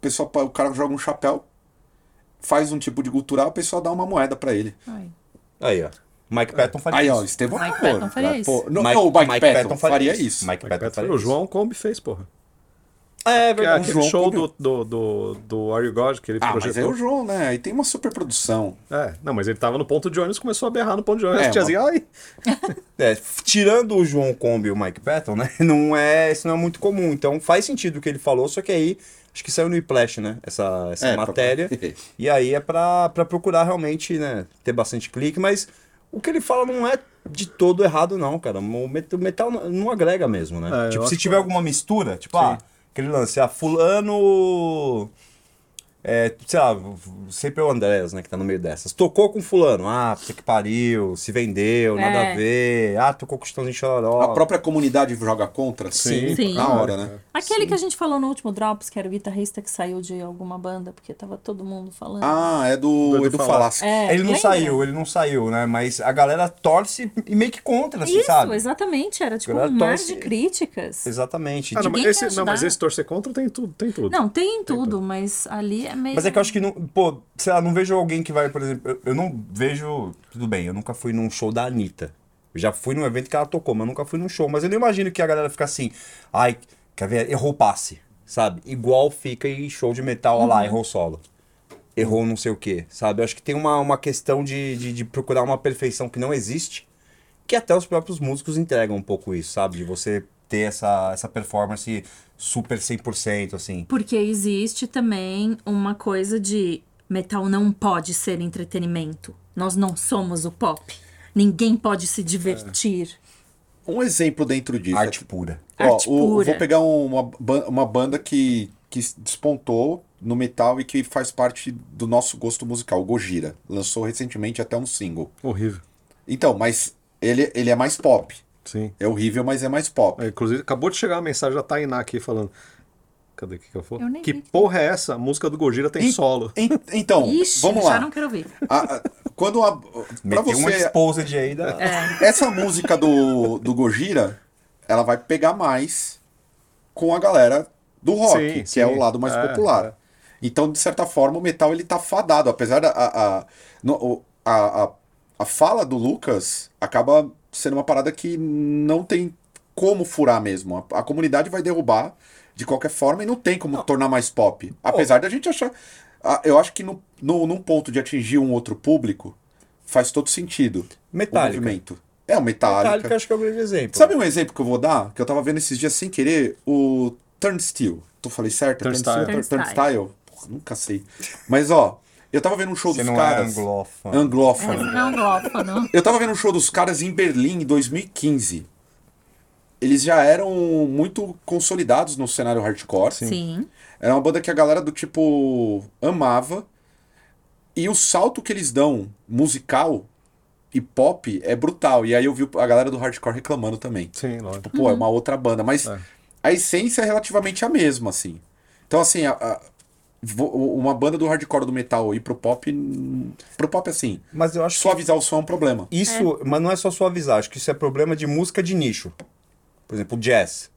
pessoal, pa- o cara joga um chapéu, faz um tipo de cultural, o pessoal dá uma moeda pra ele.
Ai.
Aí, ó.
É,
Mike Patton faria
então Aí, ó,
isso.
Estevão
Mike
Carvalho,
Patton faria
cara,
isso.
pô, não, não, o Mike, Patton, faria isso. Ah,
Mike
Mike
Patton
Patton,
faria
o
isso.
João Kombi fez, porra. Que
É
é
verdade.
aquele
João
show
Kombi.
do, do, do, do Are You God que ele
Ah, mas
projetou.
é o João, né? Aí tem uma super produção.
É, não, mas ele tava no ponto de ônibus, começou a berrar no ponto de ônibus.
É,
a tiazinha, ai. ah,
É, f- tirando o João Combi e o Mike Patton, né? Não é, isso não é muito comum. Então faz sentido o que ele falou, só que aí acho que saiu no Iplash, né? Essa, essa
É, pra-
matéria. E aí é pra, pra procurar realmente, né? Ter bastante clique, mas o que ele fala não é de todo errado, não, cara. O met- o metal não, não agrega mesmo, né?
É, eu
tipo, se
acho
tiver alguma mistura, tipo, ah, aquele lance, ah, fulano. É, sei lá, sempre é o Andrés, né, que tá no meio dessas. Tocou com fulano, ah, puta que pariu, se vendeu, nada
É.
a ver. Ah, tocou com o Chitãozinho Chororó.
A própria comunidade joga contra?
Sim.
Sim.
Na hora, né?
Aquele que a gente falou no último Drops, que era o guitarrista que saiu de alguma banda, porque tava todo mundo falando.
Ah, é do,
Do Edu
Edu
Falaschi.
Falaschi.
É,
Ele não
lembra?
saiu, ele não saiu, né? Mas a galera torce e meio que contra, assim,
Isso,
sabe?
exatamente. Era tipo
Galera,
um mar
torce-
de críticas.
Exatamente.
Ah, não,
Ninguém
mas
quer
esse, não, mas
ajudar.
esse torcer contra tem tudo, tem tudo.
Não, tem em tudo, mas ali é meio.
Mas é que eu acho que não. Pô, sei lá, não vejo alguém que vai, por exemplo. Eu, eu não vejo. Tudo bem, eu nunca fui num show da Anitta. Eu já fui num evento que ela tocou, mas eu nunca fui num show. Mas eu não imagino que a galera fica assim. Ai, quer ver? Errou o passe, sabe? Igual fica em show de metal, olha lá, errou o solo. Errou não sei o quê, sabe? Eu acho que tem uma, uma questão de, de, de procurar uma perfeição que não existe, que até os próprios músicos entregam um pouco isso, sabe? De você ter essa, essa performance super 100%, assim.
Porque existe também uma coisa de metal não pode ser entretenimento. Nós não somos o pop. Ninguém pode se divertir.
É.
Um exemplo dentro disso.
Arte pura.
Ó,
Arte
o-
pura.
Vou pegar um, uma, ba- uma banda que, que despontou no metal e que faz parte do nosso gosto musical, o Gojira. Lançou recentemente até um single.
Horrível.
Então, mas ele, ele é mais pop.
Sim.
É horrível, mas é mais pop.
É, inclusive, acabou de chegar uma mensagem da Tainá aqui falando. Cadê o que, que eu for?
Eu nem
que
vi.
porra é essa? A música do Gojira tem
Ih,
É solo.
En- Então,
Ixi,
vamos
já
lá.
não quero ver.
A- a- quando a, pra
Meteu um
você, é-
exposed aí da.
essa música do, do Gojira, ela vai pegar mais com a galera do rock,
Sim,
que
sim.
é o lado mais
É,
popular.
é.
Então, de certa forma, o metal ele tá fadado, apesar da a, a, no- o- a, a, a fala do Lucas acaba sendo uma parada que não tem como furar mesmo. A, a comunidade vai derrubar de qualquer forma e não tem como tornar mais pop. Apesar da gente achar. a- Eu acho que no, no, num ponto de atingir um outro público faz todo sentido o
Metálica.
movimento. É, o Metallica.
Metallica acho que é o grande exemplo.
Sabe um exemplo que eu vou dar? Que eu tava vendo esses dias sem querer? O Turnstile. Tu falei certo?
Turnstile.
Turnstile. Tur-
Turnstile.
Turnstile? Porra, nunca sei. Mas, ó, eu tava vendo um show
Você
dos
não é
caras...
anglófono.
É,
anglófono.
Mas não, Glopa, não.
Eu tava vendo um show dos caras em Berlim em 2015. eles já eram muito consolidados no cenário hardcore.
Sim.
Era uma banda que a galera do tipo amava. E o salto que eles dão musical e pop é brutal. E aí eu vi a galera do hardcore reclamando também.
Sim, lógico.
Pô, é uma outra banda, mas
É.
a essência é relativamente a mesma, assim. Então, assim, a- a- vo- uma banda do hardcore do metal ir pro pop. hum, Pro pop, assim,
Mas eu acho que
suavizar o som é um problema.
Isso, mas não é só suavizar, acho que isso é problema de música de nicho. Por exemplo, jazz.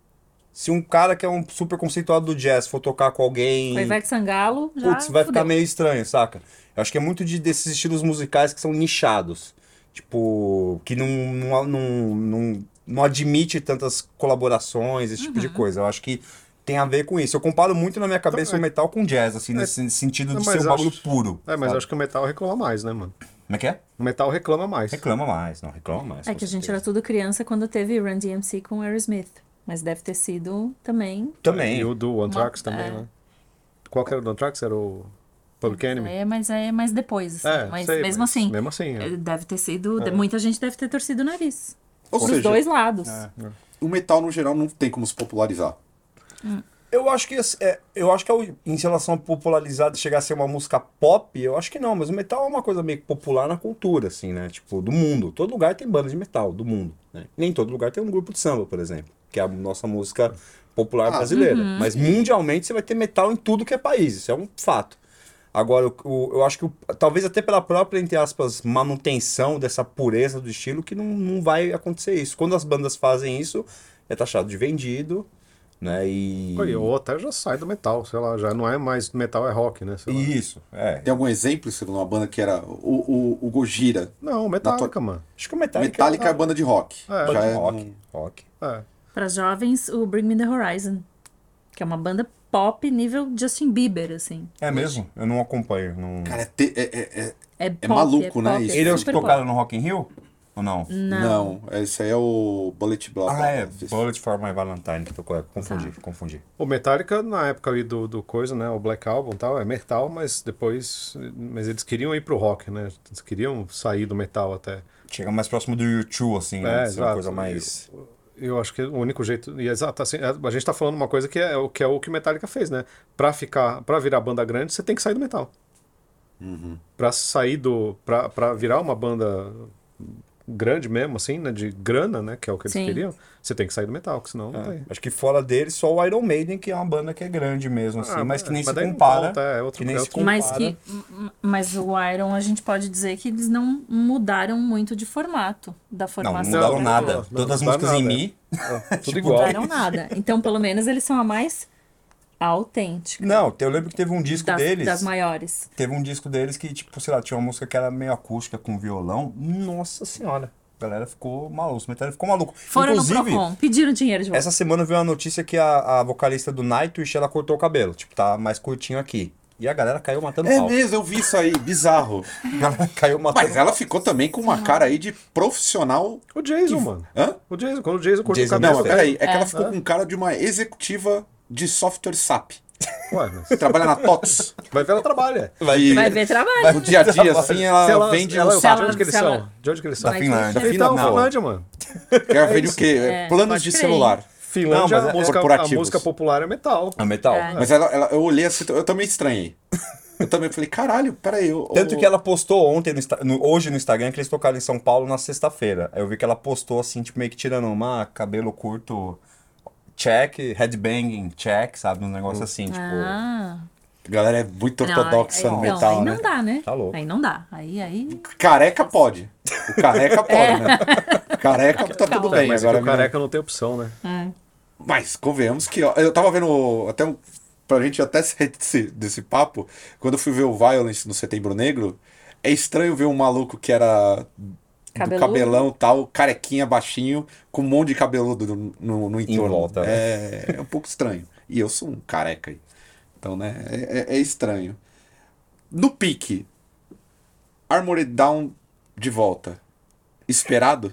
Se um cara que é um super conceituado do jazz for tocar com alguém,
Com a Ivete Sangalo, já
putz, vai ficar
fudeu.
meio estranho, saca? Eu acho que é muito de- desses estilos musicais que são nichados. Tipo, que não, não, não, não, não admite tantas colaborações, esse
Uhum.
tipo de coisa. Eu acho que tem a ver com isso. Eu comparo muito na minha cabeça o metal com jazz, assim, nesse sentido
Então, é. Não,
de
mas
ser um
acho-
bagulho puro.
É, mas
sabe?
acho que o metal reclama mais, né, mano?
Como é que é?
O metal reclama mais.
Reclama mais, não, reclama mais.
É
com
que a gente
certeza.
era tudo criança quando teve Run DMC com Aerosmith. Mas deve ter sido também.
Também.
E o do Anthrax
Uma-
também,
é.
né? Qual que era o do Anthrax? Era o Public Enemy?
É, mas é mais depois. assim.
É,
mas
sei,
mesmo
mas
assim.
mesmo assim, é.
eh, Deve ter sido. de- Muita gente deve ter torcido o nariz.
Ou
Dos
seja,
dois lados.
o metal no geral não tem como se popularizar.
Eu acho que esse- é, eu acho que é o- em relação a popularizar de chegar a ser uma música pop, eu acho que não, mas o metal é uma coisa meio que popular na cultura, assim, né? Tipo, do mundo. Todo lugar tem banda de metal, do mundo. né? Nem todo lugar tem um grupo de samba, por exemplo, que é a nossa música popular
Ah,
brasileira. Mas mundialmente você vai ter metal em tudo que é país, isso é um fato. Agora, o- o- eu acho que o- talvez até pela própria, entre aspas, manutenção dessa pureza do estilo, que não, não vai acontecer isso. Quando as bandas fazem isso, é taxado de vendido, né? E.
Pô, e Ou até já sai do metal, sei lá, já não é mais metal, é rock, né? sei lá.
Isso, é.
Tem algum exemplo, segundo uma banda que era o, o, o Gojira?
Não, Metallica, mano.
Acho que o Metallica,
Metallica é banda de rock.
É,
banda
Já
de
é
rock,
um-
rock.
É.
Para jovens, o Bring Me the Horizon. Que é uma banda pop nível Justin Bieber, assim.
É mesmo? Eu não acompanho. Não...
Cara, é, te- é- é- é-
É, pop,
maluco, né,
pop,
isso?
Ele é os que
super pop.
tocaram no Rock in Rio? Ou não?
Não. esse aí é o Bullet Block.
Ah, é. Bullet for My Valentine que tocou. é, Confundi, confundi.
O Metallica, na época ali do, do coisa, né? O Black Album e tal, é metal, mas depois. Mas eles queriam ir pro rock, né? Eles queriam sair do metal até.
Chega mais próximo do YouTube, assim, né?
É,
Isso é uma
exato.
coisa mais...
Eu acho que é o único jeito. E exato, assim, a gente tá falando uma coisa que é, o- que é o que o Metallica fez, né? Pra ficar. Pra virar banda grande, você tem que sair do metal. Pra sair do. Pra, pra virar uma banda grande mesmo, assim, né? De grana, né? Que é o que eles
Sim.
queriam, você tem que sair do metal, que senão não tem.
Acho que fora dele, só o Iron Maiden, que é uma banda que é grande mesmo, assim,
Ah,
mas que nem
mas
se
daí não
compara.
conta, é outro-
que nem
é
se
outro-
compara.
Mas que. m- Mas o Iron, a gente pode dizer que eles não mudaram muito de formato da
Não, não
formação.
mudaram
não,
nada.
não, não
Todas as
mudaram
músicas em
nada. É,
Mi.
Tudo
Não
igual.
mudaram nada. Então, pelo menos, eles são a mais autêntica
Não, eu lembro que teve um disco
das,
deles...
das maiores.
Teve um disco deles que, tipo, sei lá, tinha uma música que era meio acústica com violão. Nossa senhora. A galera ficou maluco. Os metálicos ficou maluco.
Foram no
Inclusive,
Procon, pediram dinheiro de volta.
essa semana veio uma notícia que a, a vocalista do Nightwish, ela cortou o cabelo. Tipo, tá mais curtinho aqui. E a galera caiu matando
É
pau.
mesmo, eu vi isso aí, bizarro.
A galera caiu matando
Mas ela ficou também com uma cara aí de profissional.
O Jason, mano.
Hã?
O Jason, quando o Jason cortou o
Jason
cabelo.
Não,
Deus,
peraí, é que ela ficou com cara de uma executiva de software SAP.
Ué, mas
Trabalha na TOTS.
vai ver, ela trabalha.
E
Vai ver trabalho.
No dia a dia, assim, ela,
Se ela,
vende
ela, é
uns-
se ela-
de onde que eles
se ela-
são? De onde que eles são?
da Finlândia.
Da Então,
Não.
Finlândia, mano.
Ela vende o quê?
É,
Planos
pode
de
crer.
celular.
Finlândia,
Não, mas
a,
é-
música, a
corporativos. Ah,
música popular é metal.
É metal.
É.
Mas ela, ela- eu olhei assim, eu também estranhei. Eu também falei, caralho, peraí. Eu,
Tanto
eu-
que ela postou ontem, no Insta- no- hoje no Instagram, que eles tocaram em São Paulo na sexta-feira. Aí eu vi que ela postou assim, tipo, meio que tirando uma, cabelo curto, check, headbanging, check, sabe? Um negócio assim, tipo.
Ah.
A galera é muito
Não,
ortodoxa
aí-
no
não,
metal,
aí
né?
não dá, né?
Tá louco.
Aí não dá. Aí, aí...
Careca pode. O careca pode, né? Careca tá tudo bem.
É. mas
agora
o
a mina-
careca não tem opção, né?
É.
Mas convenhamos que. ó, eu tava vendo. Até um, pra gente até sair desse, desse papo, quando eu fui ver o Violence no Setembro Negro, é estranho ver um maluco que era.
Cabeludo.
Do cabelão tal, carequinha, baixinho, com um monte de cabeludo no, no, no entorno.
volta, né?
é, é um pouco estranho. E eu sou um careca aí. Então, né? É, é- é estranho. No pique, Armored Down de volta. Esperado?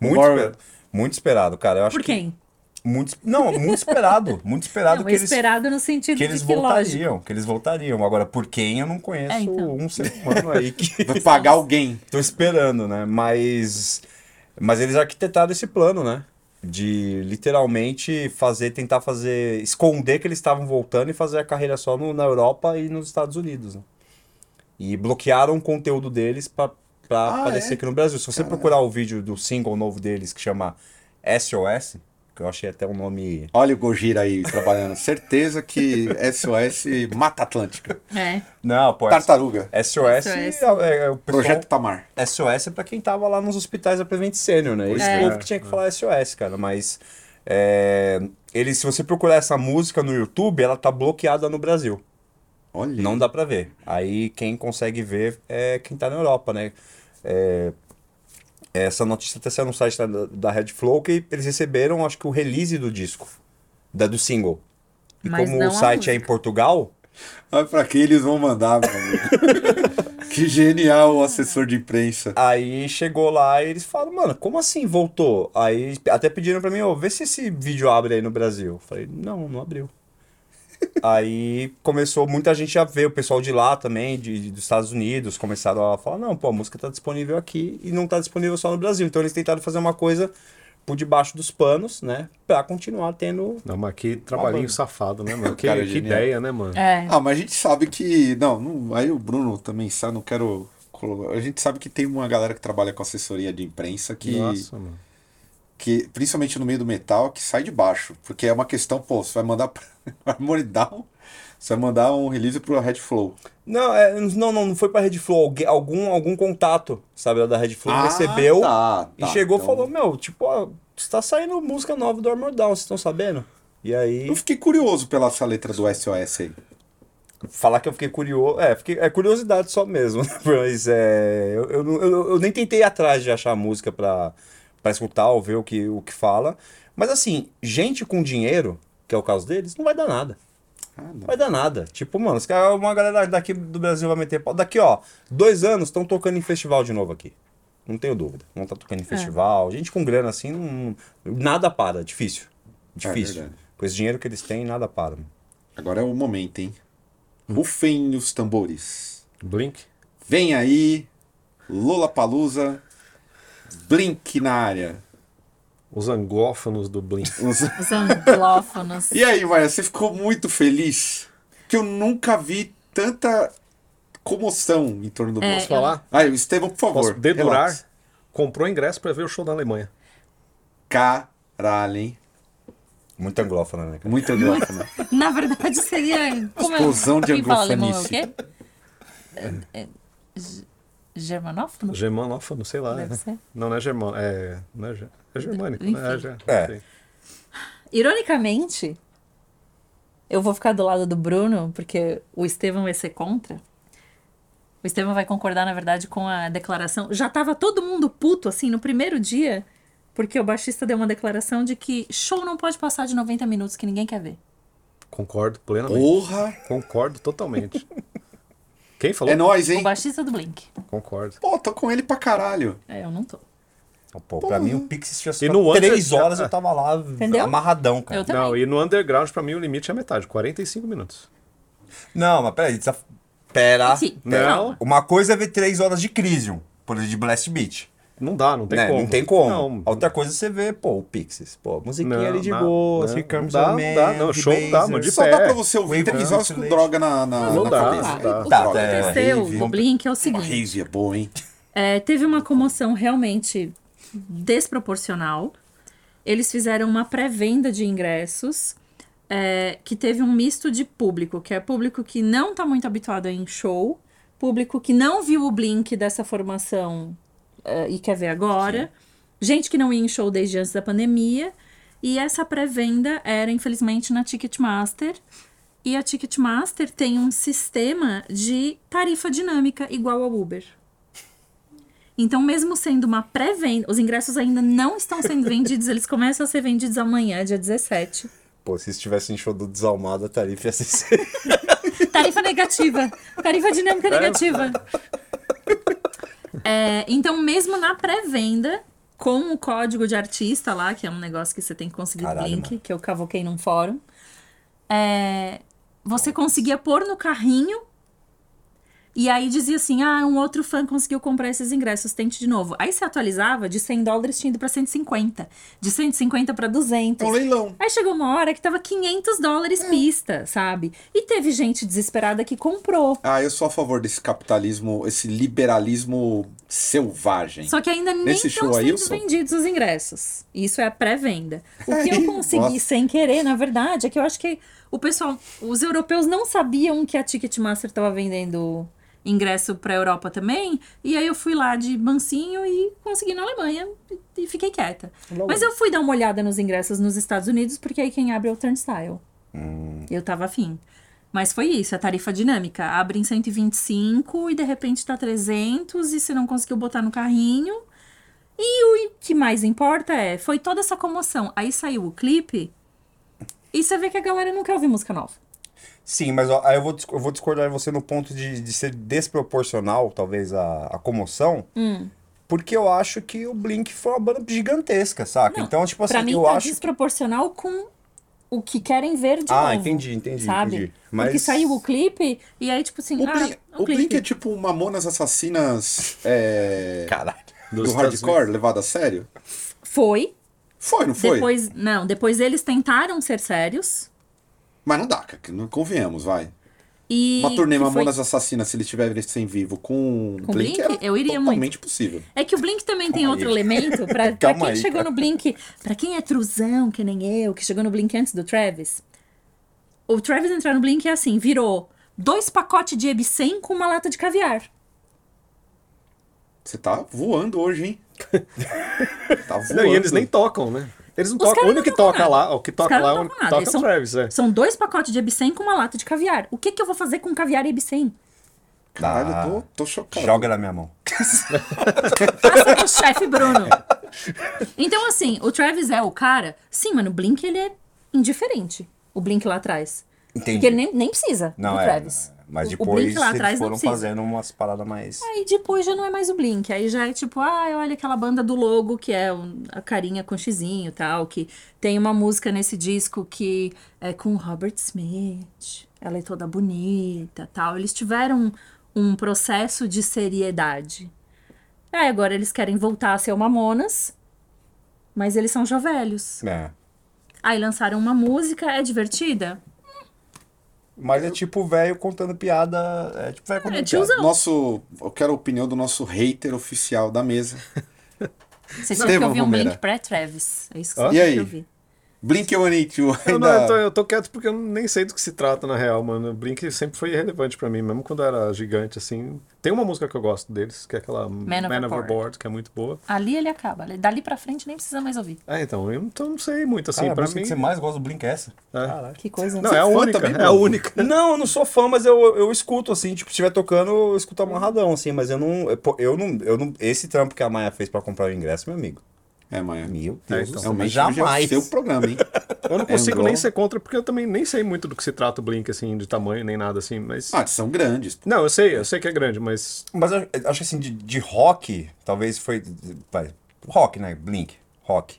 Muito,
More-
esper- muito esperado, cara. Eu acho
Por
que-
quem?
Muito, não, muito esperado. Muito esperado
Não,
que eles,
esperado no sentido
que eles
de que lógico.
voltariam. Que eles voltariam. Agora, por quem eu não conheço
É, então.
um ser humano aí que
Vai pagar alguém.
tô esperando, né? Mas. Mas eles arquitetaram esse plano, né? de literalmente fazer, tentar fazer, esconder que eles estavam voltando e fazer a carreira só no- na Europa e nos Estados Unidos. né? E bloquearam o conteúdo deles para
Ah,
aparecer
é?
aqui no Brasil. Se você procurar o vídeo do single novo deles que chama SOS, que eu achei até um nome.
Olha o Gojira aí trabalhando. Certeza que SOS mata Atlântica.
É.
Não, pô,
Tartaruga.
SOS,
SOS.
É, é o pessoal-
Projeto Tamar.
SOS é pra quem tava lá nos hospitais da Prevent Senior, né? Esse
é.
povo que tinha que falar SOS, cara, mas... É, ele, se você procurar essa música no YouTube, ela tá bloqueada no Brasil.
Olha.
Não dá pra ver. Aí quem consegue ver é quem tá na Europa, né? É, essa notícia até saiu no site da, da Red Flow que eles receberam, acho que o release do disco, da, do single. E
Mas
como
não
o
a
site é em
música.
Portugal,
Olha pra quem eles vão mandar, meu amigo. que genial o assessor de imprensa.
Aí chegou lá e eles falaram, mano, como assim voltou? Aí até pediram pra mim, ô, vê se esse vídeo abre aí no Brasil. Eu falei, não, não abriu. Aí começou muita gente a ver, o pessoal de lá também, de, de- dos Estados Unidos, começaram a falar, não, pô, a música tá disponível aqui e não tá disponível só no Brasil. Então eles tentaram fazer uma coisa por debaixo dos panos, né, pra continuar tendo...
Não, mas que trabalhinho
banda.
safado, né, mano? Que,
Cara,
que
genial.
ideia, né, mano?
É.
Ah, mas a gente sabe que. Não, não- aí o Bruno também sabe, não quero. colo- A gente sabe que tem uma galera que trabalha com assessoria de imprensa que,
Nossa, mano.
que principalmente no meio do metal, que sai de baixo. Porque é uma questão, pô, você vai mandar pra Harmony Down, você vai mandar um release pro Red Flow.
Não, é, não, não, não foi pra Red Flow, alguém- algum, algum contato, sabe, lá da Red Flow recebeu...
Ah, tá,
E
tá,
chegou e
então-
falou, meu, tipo, ó, está saindo música nova do Armored Down, vocês estão sabendo? E aí,
Eu fiquei curioso pela essa letra do SOS aí.
falar que eu fiquei curioso, é, fiquei, é curiosidade só mesmo, né? mas é, eu, eu, não- eu- eu nem tentei ir atrás de achar a música pra, pra escutar ou ver o que, o que fala, mas assim, gente com dinheiro, que é o caso deles, não vai dar nada,
Ah,
não
não.
vai dar nada, tipo, mano, os caras- uma galera daqui do Brasil vai meter pau, daqui ó, dois anos estão tocando em festival de novo aqui. Não tenho dúvida. Não tá
É.
tocando em festival. Gente com grana assim, não, nada para. Difícil.
É
Difícil.
verdade.
com esse dinheiro que eles têm, nada para.
Agora é o momento, hein? Rufem os tambores.
Blink.
Vem aí, Lula Palusa, Blink na área.
Os anglófonos do Blink.
Os anglófonos.
E aí, Maia, você ficou muito feliz? Que eu nunca vi tanta comoção em torno do
Posso
Bolsonaro.
falar?
Aí, Estevão, por favor.
Posso dedurar?
relata.
Comprou ingresso pra ver o show da Alemanha.
Caralho, hein?
Muito
Então-
anglófona, né, cara?
Muito anglófono.
Na verdade, seria. Como é-
Explosão de
Quem fala alemão é o
anglofonice.
quê? É- é- ge- Germanófono?
Germanófono, sei lá.
Deve
né?
ser.
Não, não é germano. É, não é, ge- é germânico,
Enfim.
né? É, ge-
É.
sei.
Ironicamente, eu vou ficar do lado do Bruno, porque o Estevão vai ser contra. O Estevão vai concordar, na verdade, com a declaração. Já tava todo mundo puto, assim, no primeiro dia, porque o baixista deu uma declaração de que show não pode passar de 90 minutos, que ninguém quer ver.
Concordo plenamente.
Porra!
Concordo totalmente. Quem falou?
É nóis,
O
hein?
baixista do Blink.
Concordo.
Pô, tô com ele pra caralho.
É, eu não tô.
Pô, pra mim, o Pixies tinha
E no Ah.
só três
Under-
horas eu tava lá
Entendeu?
amarradão, cara.
Eu também.
Não, e no underground, pra mim, o limite é metade. 45 minutos.
Não, mas peraí. Tá... Pera.
Sim.
pera.
Não.
Uma coisa é ver três horas de Crisium, por exemplo, de Blast Beat.
Não dá, não tem
né?
como.
Não tem como.
Não.
A Outra coisa é você ver, pô, o Pixies. Pô, musiquinha
Não,
ali de
não,
boa,
não,
assim,
não
Carmes
dá,
on
não
Man,
dá, não,
The
show não dá,
Basers.
mano, de
Só
pé.
dá pra você ouvir
Wave
três
Dance
horas com
Lady.
droga na, na,
Não
na
dá,
cabeça.
não dá.
O que
Tá, é,
aconteceu
rave.
do Blink é o
Uma
seguinte.
rave é boa, hein?
É, teve uma comoção realmente desproporcional. Eles fizeram uma pré-venda de ingressos é, que teve um misto de público, que é público que não tá muito habituado em show, público que não viu o Blink dessa formação é, e quer ver agora, gente que não ia em show desde antes da pandemia. E essa pré-venda era, infelizmente, na Ticketmaster. E a Ticketmaster tem um sistema de tarifa dinâmica igual ao Uber. Então, mesmo sendo uma pré-venda, os ingressos ainda não estão sendo vendidos, eles começam a ser vendidos amanhã, dia 17.
Pô, se estivesse em show do Desalmado, a tarifa ia ser...
Tarifa negativa. Tarifa dinâmica negativa. É, então, mesmo na pré-venda, com o código de artista lá, que é um negócio que você tem que conseguir
Caralho,
o link,
mano.
que eu cavoquei num fórum, é, você conseguia pôr no carrinho E aí dizia assim: ah, um outro fã conseguiu comprar esses ingressos, tente de novo. Aí se atualizava, de 100 dólares tinha ido pra 150, de 150 pra 200.
É um leilão.
Aí chegou uma hora que tava 500 dólares
Hum.
pista, sabe? E teve gente desesperada que comprou.
Ah, eu sou a favor desse capitalismo, esse liberalismo selvagem.
Só que ainda nem
Nesse
estão
show aí,
sendo
Wilson?
vendidos os ingressos. Isso é a pré-venda. O que eu consegui sem querer, na verdade, é que eu acho que o pessoal, os europeus não sabiam que a Ticketmaster estava vendendo ingresso para Europa também. E aí eu fui lá de mansinho e consegui na Alemanha e, e fiquei quieta. Mas eu fui dar uma olhada nos ingressos nos Estados Unidos, porque aí quem abre é o turnstile. Eu tava afim. Mas foi isso, a tarifa dinâmica. Abre em 125 e de repente tá 300 e você não conseguiu botar no carrinho. E o que mais importa é, foi toda essa comoção. Aí saiu o clipe e você vê que a galera não quer ouvir música nova.
Sim, mas ó, aí eu vou, dis- eu vou discordar de você no ponto de, de ser desproporcional, talvez, a, a comoção.
Hum.
Porque eu acho que o Blink foi uma banda gigantesca, saca?
Não,
então, tipo assim,
pra mim
eu
tá
acho.
desproporcional com o que querem ver de novo.
Ah, entendi, entendi,
Sabe?
entendi.
Porque
Mas-
saiu o clipe e aí tipo assim,
O,
ah,
Blink,
o
o Blink
clipe.
é tipo o Mamonas Assassinas é,
Caralho.
do
Dos Estados
hardcore, levado a sério?
Foi.
Foi, não foi?
Depois, não, depois eles tentaram ser sérios.
Mas não dá, cara, não convenhamos, vai.
E
Uma turnê
que foi-
Mamonas Assassinas, se eles tivessem vivo com,
Com
Blink,
Blink,
era
eu iria muito.
totalmente possível.
É que o Blink também tem
Calma
outro
aí.
elemento. Pra, pra
Calma
quem
aí,
chegou
cara.
no Blink, pra quem é truzão, que nem eu, que chegou no Blink antes do Travis, o Travis entrar no Blink é assim: virou dois pacotes de Ebsen com uma lata de caviar.
Você tá voando hoje, hein? tá voando.
Não, e eles nem tocam, né? Eles não
Os
tocam.
caras
O
não
único que
tocam
toca
nada.
lá, o que
Os
toca
caras
lá
não
é o
tocam nada,
toca
eles
o Travis, é.
São dois pacotes de Ebsen com uma lata de caviar. O que, que eu vou fazer com caviar e Ebsen?
Caralho,
Ah.
eu tô, tô chocado.
Joga na minha mão.
Passa pro chefe Bruno. Então, assim, o Travis é o cara. Sim, mano, o Blink ele é indiferente. O Blink lá atrás.
Entendi.
Porque ele nem, nem precisa
Não,
do
é.
Travis.
Mas
O- o
depois
Blink lá
eles
atrás não
foram
precisa.
fazendo umas paradas mais.
Aí depois já não é mais o Blink. Aí já é tipo, ah, olha aquela banda do logo, que é um- a carinha com xizinho e tal, que tem uma música nesse disco que é com o Robert Smith. Ela é toda bonita tal. Eles tiveram um processo de seriedade. Aí agora eles querem voltar a ser o Mamonas, mas eles são já velhos.
É.
Aí lançaram uma música, é divertida?
Mas é tipo o velho contando piada. É tipo velho contando
É
piada.
tiozão.
Nosso, eu quero a opinião do nosso hater oficial da mesa.
Vocês tiveram que
Estevam
ouvir um
Romero.
Blink pré-Travis. É isso que
Hã?
vocês
E
tiveram
aí?
que ouvir.
Blink 182
Eu,
ainda...
não, eu, tô, eu tô quieto porque eu nem sei do que se trata na real, mano. O Blink sempre foi irrelevante pra mim, mesmo quando era gigante, assim. Tem uma música que eu gosto deles, que é aquela Man,
Overboard.
Overboard, que é muito boa.
Ali ele acaba. ali- Dali pra frente nem precisa mais ouvir.
Ah, então, eu então não sei muito, assim,
Cara, a
pra
música
mim...
que você mais gosta do Blink é essa.
é.
Que coisa. né?
Não, é a
fã
única,
também,
é a
mano.
única.
Não, eu não sou fã, mas eu, eu escuto, assim, tipo, se estiver tocando, eu escuto amarradão, assim, mas eu não, eu- pô, eu não, eu não, esse trampo que a Maia fez pra comprar o ingresso, meu amigo,
É, Maia.
meu Deus
É,
do
Realmente,
então,
céu, mas
hoje é o
jamais.
seu programa, hein? É um
Eu É, não consigo
Andou.
nem ser contra, porque eu também nem sei muito do que se trata o Blink, assim, de tamanho, nem nada, assim, mas...
Ah, eles são grandes.
Não, eu sei, eu sei que é grande, mas...
Mas eu, eu acho que, assim, de, de rock, talvez foi, vai, rock, né, Blink, rock,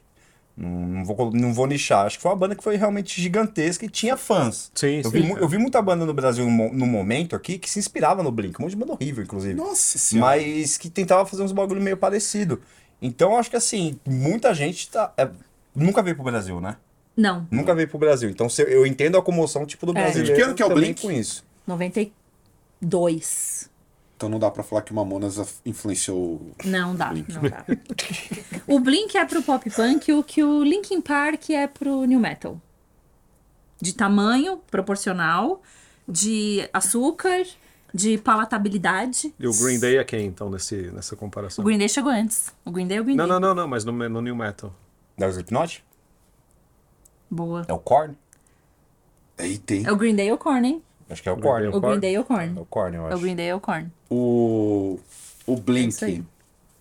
não, não vou, colo- não vou nichar, acho que foi uma banda que foi realmente gigantesca e tinha fãs.
Sim,
eu
sim,
Vi, mu-
cara.
eu vi muita banda no Brasil mo- no momento aqui que se inspirava no Blink, um monte de banda horrível, inclusive.
Nossa senhora.
mas que tentava fazer uns bagulho meio parecido. Então acho que assim, muita gente tá. é, nunca veio pro Brasil, né?
Não,
Nunca veio pro Brasil. Então se eu- eu entendo a comoção tipo do brasileiro.
De que ano que é o
também
Blink?
com isso.
92.
Então não dá pra falar que o Mamonas af- influenciou...
Não dá, não dá. o Blink é pro pop punk, o que o Linkin Park é pro new metal. De tamanho proporcional, de açúcar, de palatabilidade.
E o Green Day é quem, então, nesse, nessa
O
comparação?
Green Day chegou antes. O Green Day é o Green
Não,
Day.
não, não, não, mas no, no New Metal.
É o Slipknot?
Boa.
É o Korn?
Eita, hein?
É o Green Day ou Korn, hein?
Acho que é o
Green
Korn.
Day.
O
Korn?
Green Day ou Korn.
É o Korn, eu
É o
acho.
Green Day ou Korn.
O, o
É
isso aí.
Blink,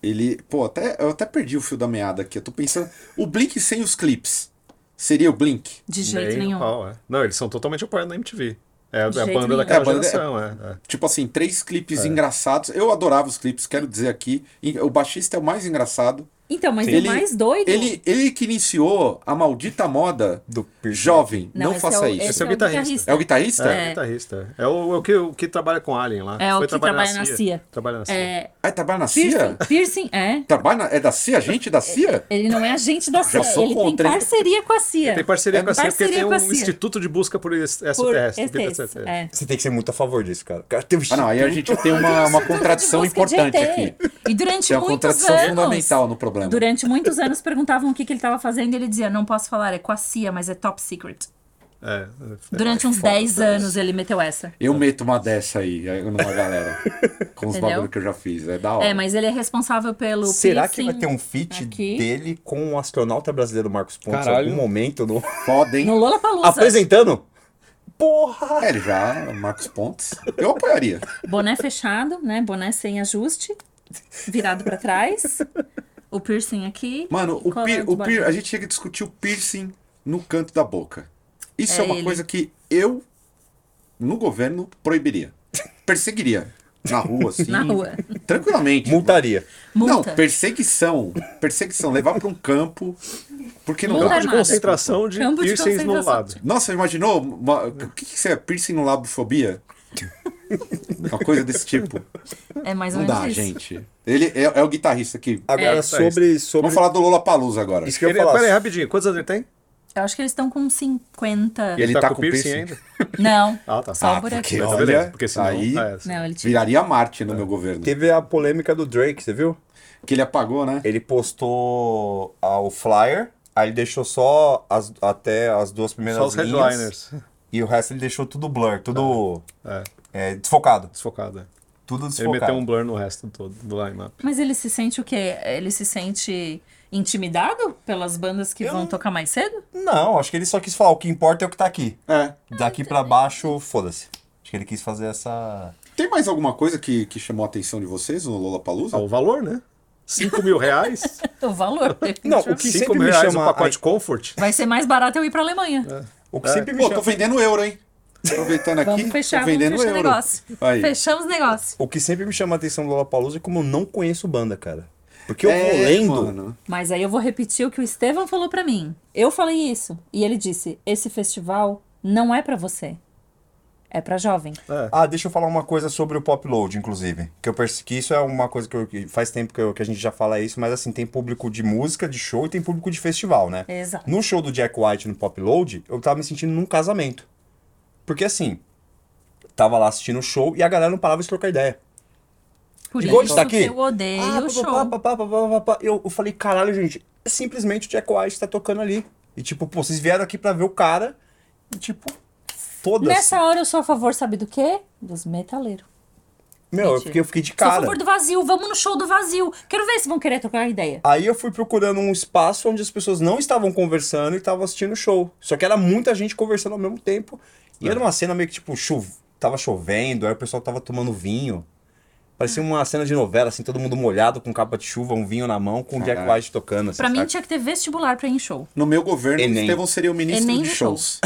ele... Pô, até, eu até perdi o fio da meada aqui. Eu tô pensando... O Blink sem os clipes seria o Blink?
De jeito
Nem a
nenhum.
pau, é. Não, eles são totalmente apoiados na MTV. É, a-
De
é a
jeito
banda
nenhum.
É, a
daquela
banda-
geração, é. é.
Tipo assim, três clipes engraçados. Eu adorava os clipes, quero dizer aqui. E O baixista é o é mais engraçado.
Então, mas
Ele-
o mais doido.
Ele, ele que iniciou a maldita moda
Do piercing.
jovem. Não,
esse
faça
é o,
isso.
Esse é o
guitarrista.
guitarrista.
É o guitarrista?
É, guitarrista. É o, é o que, o que trabalha com Alien lá.
É, o que
trabalhar
trabalha na CIA.
Trabalha na CIA.
É,
Ah, trabalha na
piercing,
CIA?
piercing, é.
Trabalha na- É da CIA, gente? Da CIA?
Ele não é agente da CIA.
sou
Ele
contra,
tem
hein?
parceria com a CIA.
Tem parceria
É
com a CIA porque
parceria
tem
com
um
a CIA.
instituto de busca por
por
extraterrestre. vida
ETs,
extraterrestre.
é.
Você tem que ser muito a favor disso, cara. O cara tem um
Ah, não. Aí a gente tem uma, uma contradição
Instituto de busca de
importante aqui.
ET. E durante
Tem uma
muitos
contradição
anos,
fundamental no problema.
Durante muitos anos perguntavam o que, que ele estava fazendo e ele dizia: Não posso falar, é com a CIA, mas é top secret.
É, é.
Durante uns 10 anos ele meteu essa.
Eu meto uma dessa aí aí numa galera. com os
Entendeu?
bagulho que eu já fiz. É da hora.
É, mas ele é responsável pelo.
Será que
piercing.
vai ter um feat
aqui.
dele com o astronauta brasileiro Marcos Pontes em
Caralho.
algum momento? No...
Foda, hein?
No Lola Palusa.
Apresentando? Porra!
É, ele já, Marcos Pontes. Eu apoiaria.
Boné fechado, né? Boné sem ajuste. Virado pra trás. O piercing aqui.
Mano, o
Cola
pier,
do
o pier-
boné.
a gente chega a discutir o piercing no canto da boca. Isso é,
É
uma
ele.
coisa que eu, no governo, proibiria. Perseguiria. Na rua, assim.
Na rua.
Tranquilamente.
Multaria.
Não,
Multa. É
perseguição. Perseguição. Levar pra um campo. Porque não
Multa
dá.
Campo
armada.
de concentração de
Campo de
piercings no
concentração.
lado.
Nossa, imaginou? uma- o que, que é piercing no labofobia? Uma coisa desse tipo.
É mais ou
Não
menos
dá,
isso.
gente. Ele é, é o guitarrista aqui.
Agora,
É.
sobre, sobre...
Vamos falar do Lola Palusa agora.
Isso que eu
Ele,
ia falar.
pera aí, rapidinho. Quantos anos ele tem?
Eu acho que eles estão com 50.
Ele tá com piercing?
Não.
Ah, tá.
Só
Ah,
por
porque,
aqui.
Mas
ó,
tá
Olha,
beleza, porque senão...
aí-
Ah, é, sim.
Não, ele tinha.
Viraria Marte no meu governo.
Teve a polêmica do Drake, você viu?
Que ele apagou, né?
Ele postou ah, o flyer, aí ele deixou só as- até as duas primeiras
Só os
linhas.
headliners.
E o resto ele deixou tudo blur, tudo
É,
é, desfocado.
desfocado. é.
Tudo
Ele
desfocado.
meteu um blur no resto todo do line-up.
Mas ele se sente o quê? Ele se sente intimidado pelas bandas que vão tocar mais cedo?
um-
Não, acho que ele só quis falar, o que importa é o que tá aqui.
É.
Daqui pra baixo, foda-se. Acho que ele quis fazer essa...
Tem mais alguma coisa que, que chamou a atenção de vocês no Lola Palusa?
Ah, o valor, né? 5 mil reais?
O valor.
Não, o que
5
sempre
mil
me
reais
chama...
um pacote comfort?
Vai ser mais barato eu ir pra Alemanha.
É.
O que
É.
sempre me
Pô, tô
chama...
vendendo euro, hein? Aproveitando aqui,
Vamos fechar,
tô
vamos
vendendo
fechar
euro.
negócio.
Aí.
Fechamos negócio.
O que sempre me chama a atenção do Lollapalooza é como eu não conheço banda, cara. Porque eu vou
É,
lendo...
mano.
Mas aí eu vou repetir o que o Estevão falou pra mim. Eu falei isso. E ele disse: esse festival não é pra você. É pra jovem.
Ah, deixa eu falar uma coisa sobre o pop load, inclusive. Que eu perce- que isso é uma coisa que, eu- que faz tempo que, eu- que a gente já fala isso, mas assim, tem público de música, de show e tem público de festival, né?
Exato.
No show do Jack White no pop load, eu tava me sentindo num casamento. Porque assim, tava lá assistindo o show e a galera não parava de trocar ideia.
Por
Igual
tá
isso
isso daqui.
que eu odeio
Ah,
o
pá,
show.
pá, pá, pá, pá, pá, pá, pá. Eu, eu falei, caralho, gente, é simplesmente o Jack White tá tocando ali. E tipo, pô, vocês vieram aqui pra ver o cara e tipo, foda-se.
Nessa hora eu sou a favor, sabe do quê? Dos metaleiros.
Meu, eu
Mentira.
fiquei, eu fiquei de
Sou a
cara.
favor do vazio. Vamos no show do vazio. Quero ver se vão querer trocar ideia.
Aí eu fui procurando um espaço onde as pessoas não estavam conversando e estavam assistindo o show. Só que era muita gente conversando ao mesmo tempo. E era uma cena meio que tipo, chu... tava chovendo, aí o pessoal tava tomando vinho. Parecia
Ah.
uma cena de novela, assim, todo mundo molhado, com capa de chuva, um vinho na mão, com o Jack
Caralho.
White tocando. Assim,
Pra mim
sabe?
tinha que ter vestibular pra ir em show.
No meu governo, o
Enem.
Estevão seria o ministro
Enem
de
do show.
shows.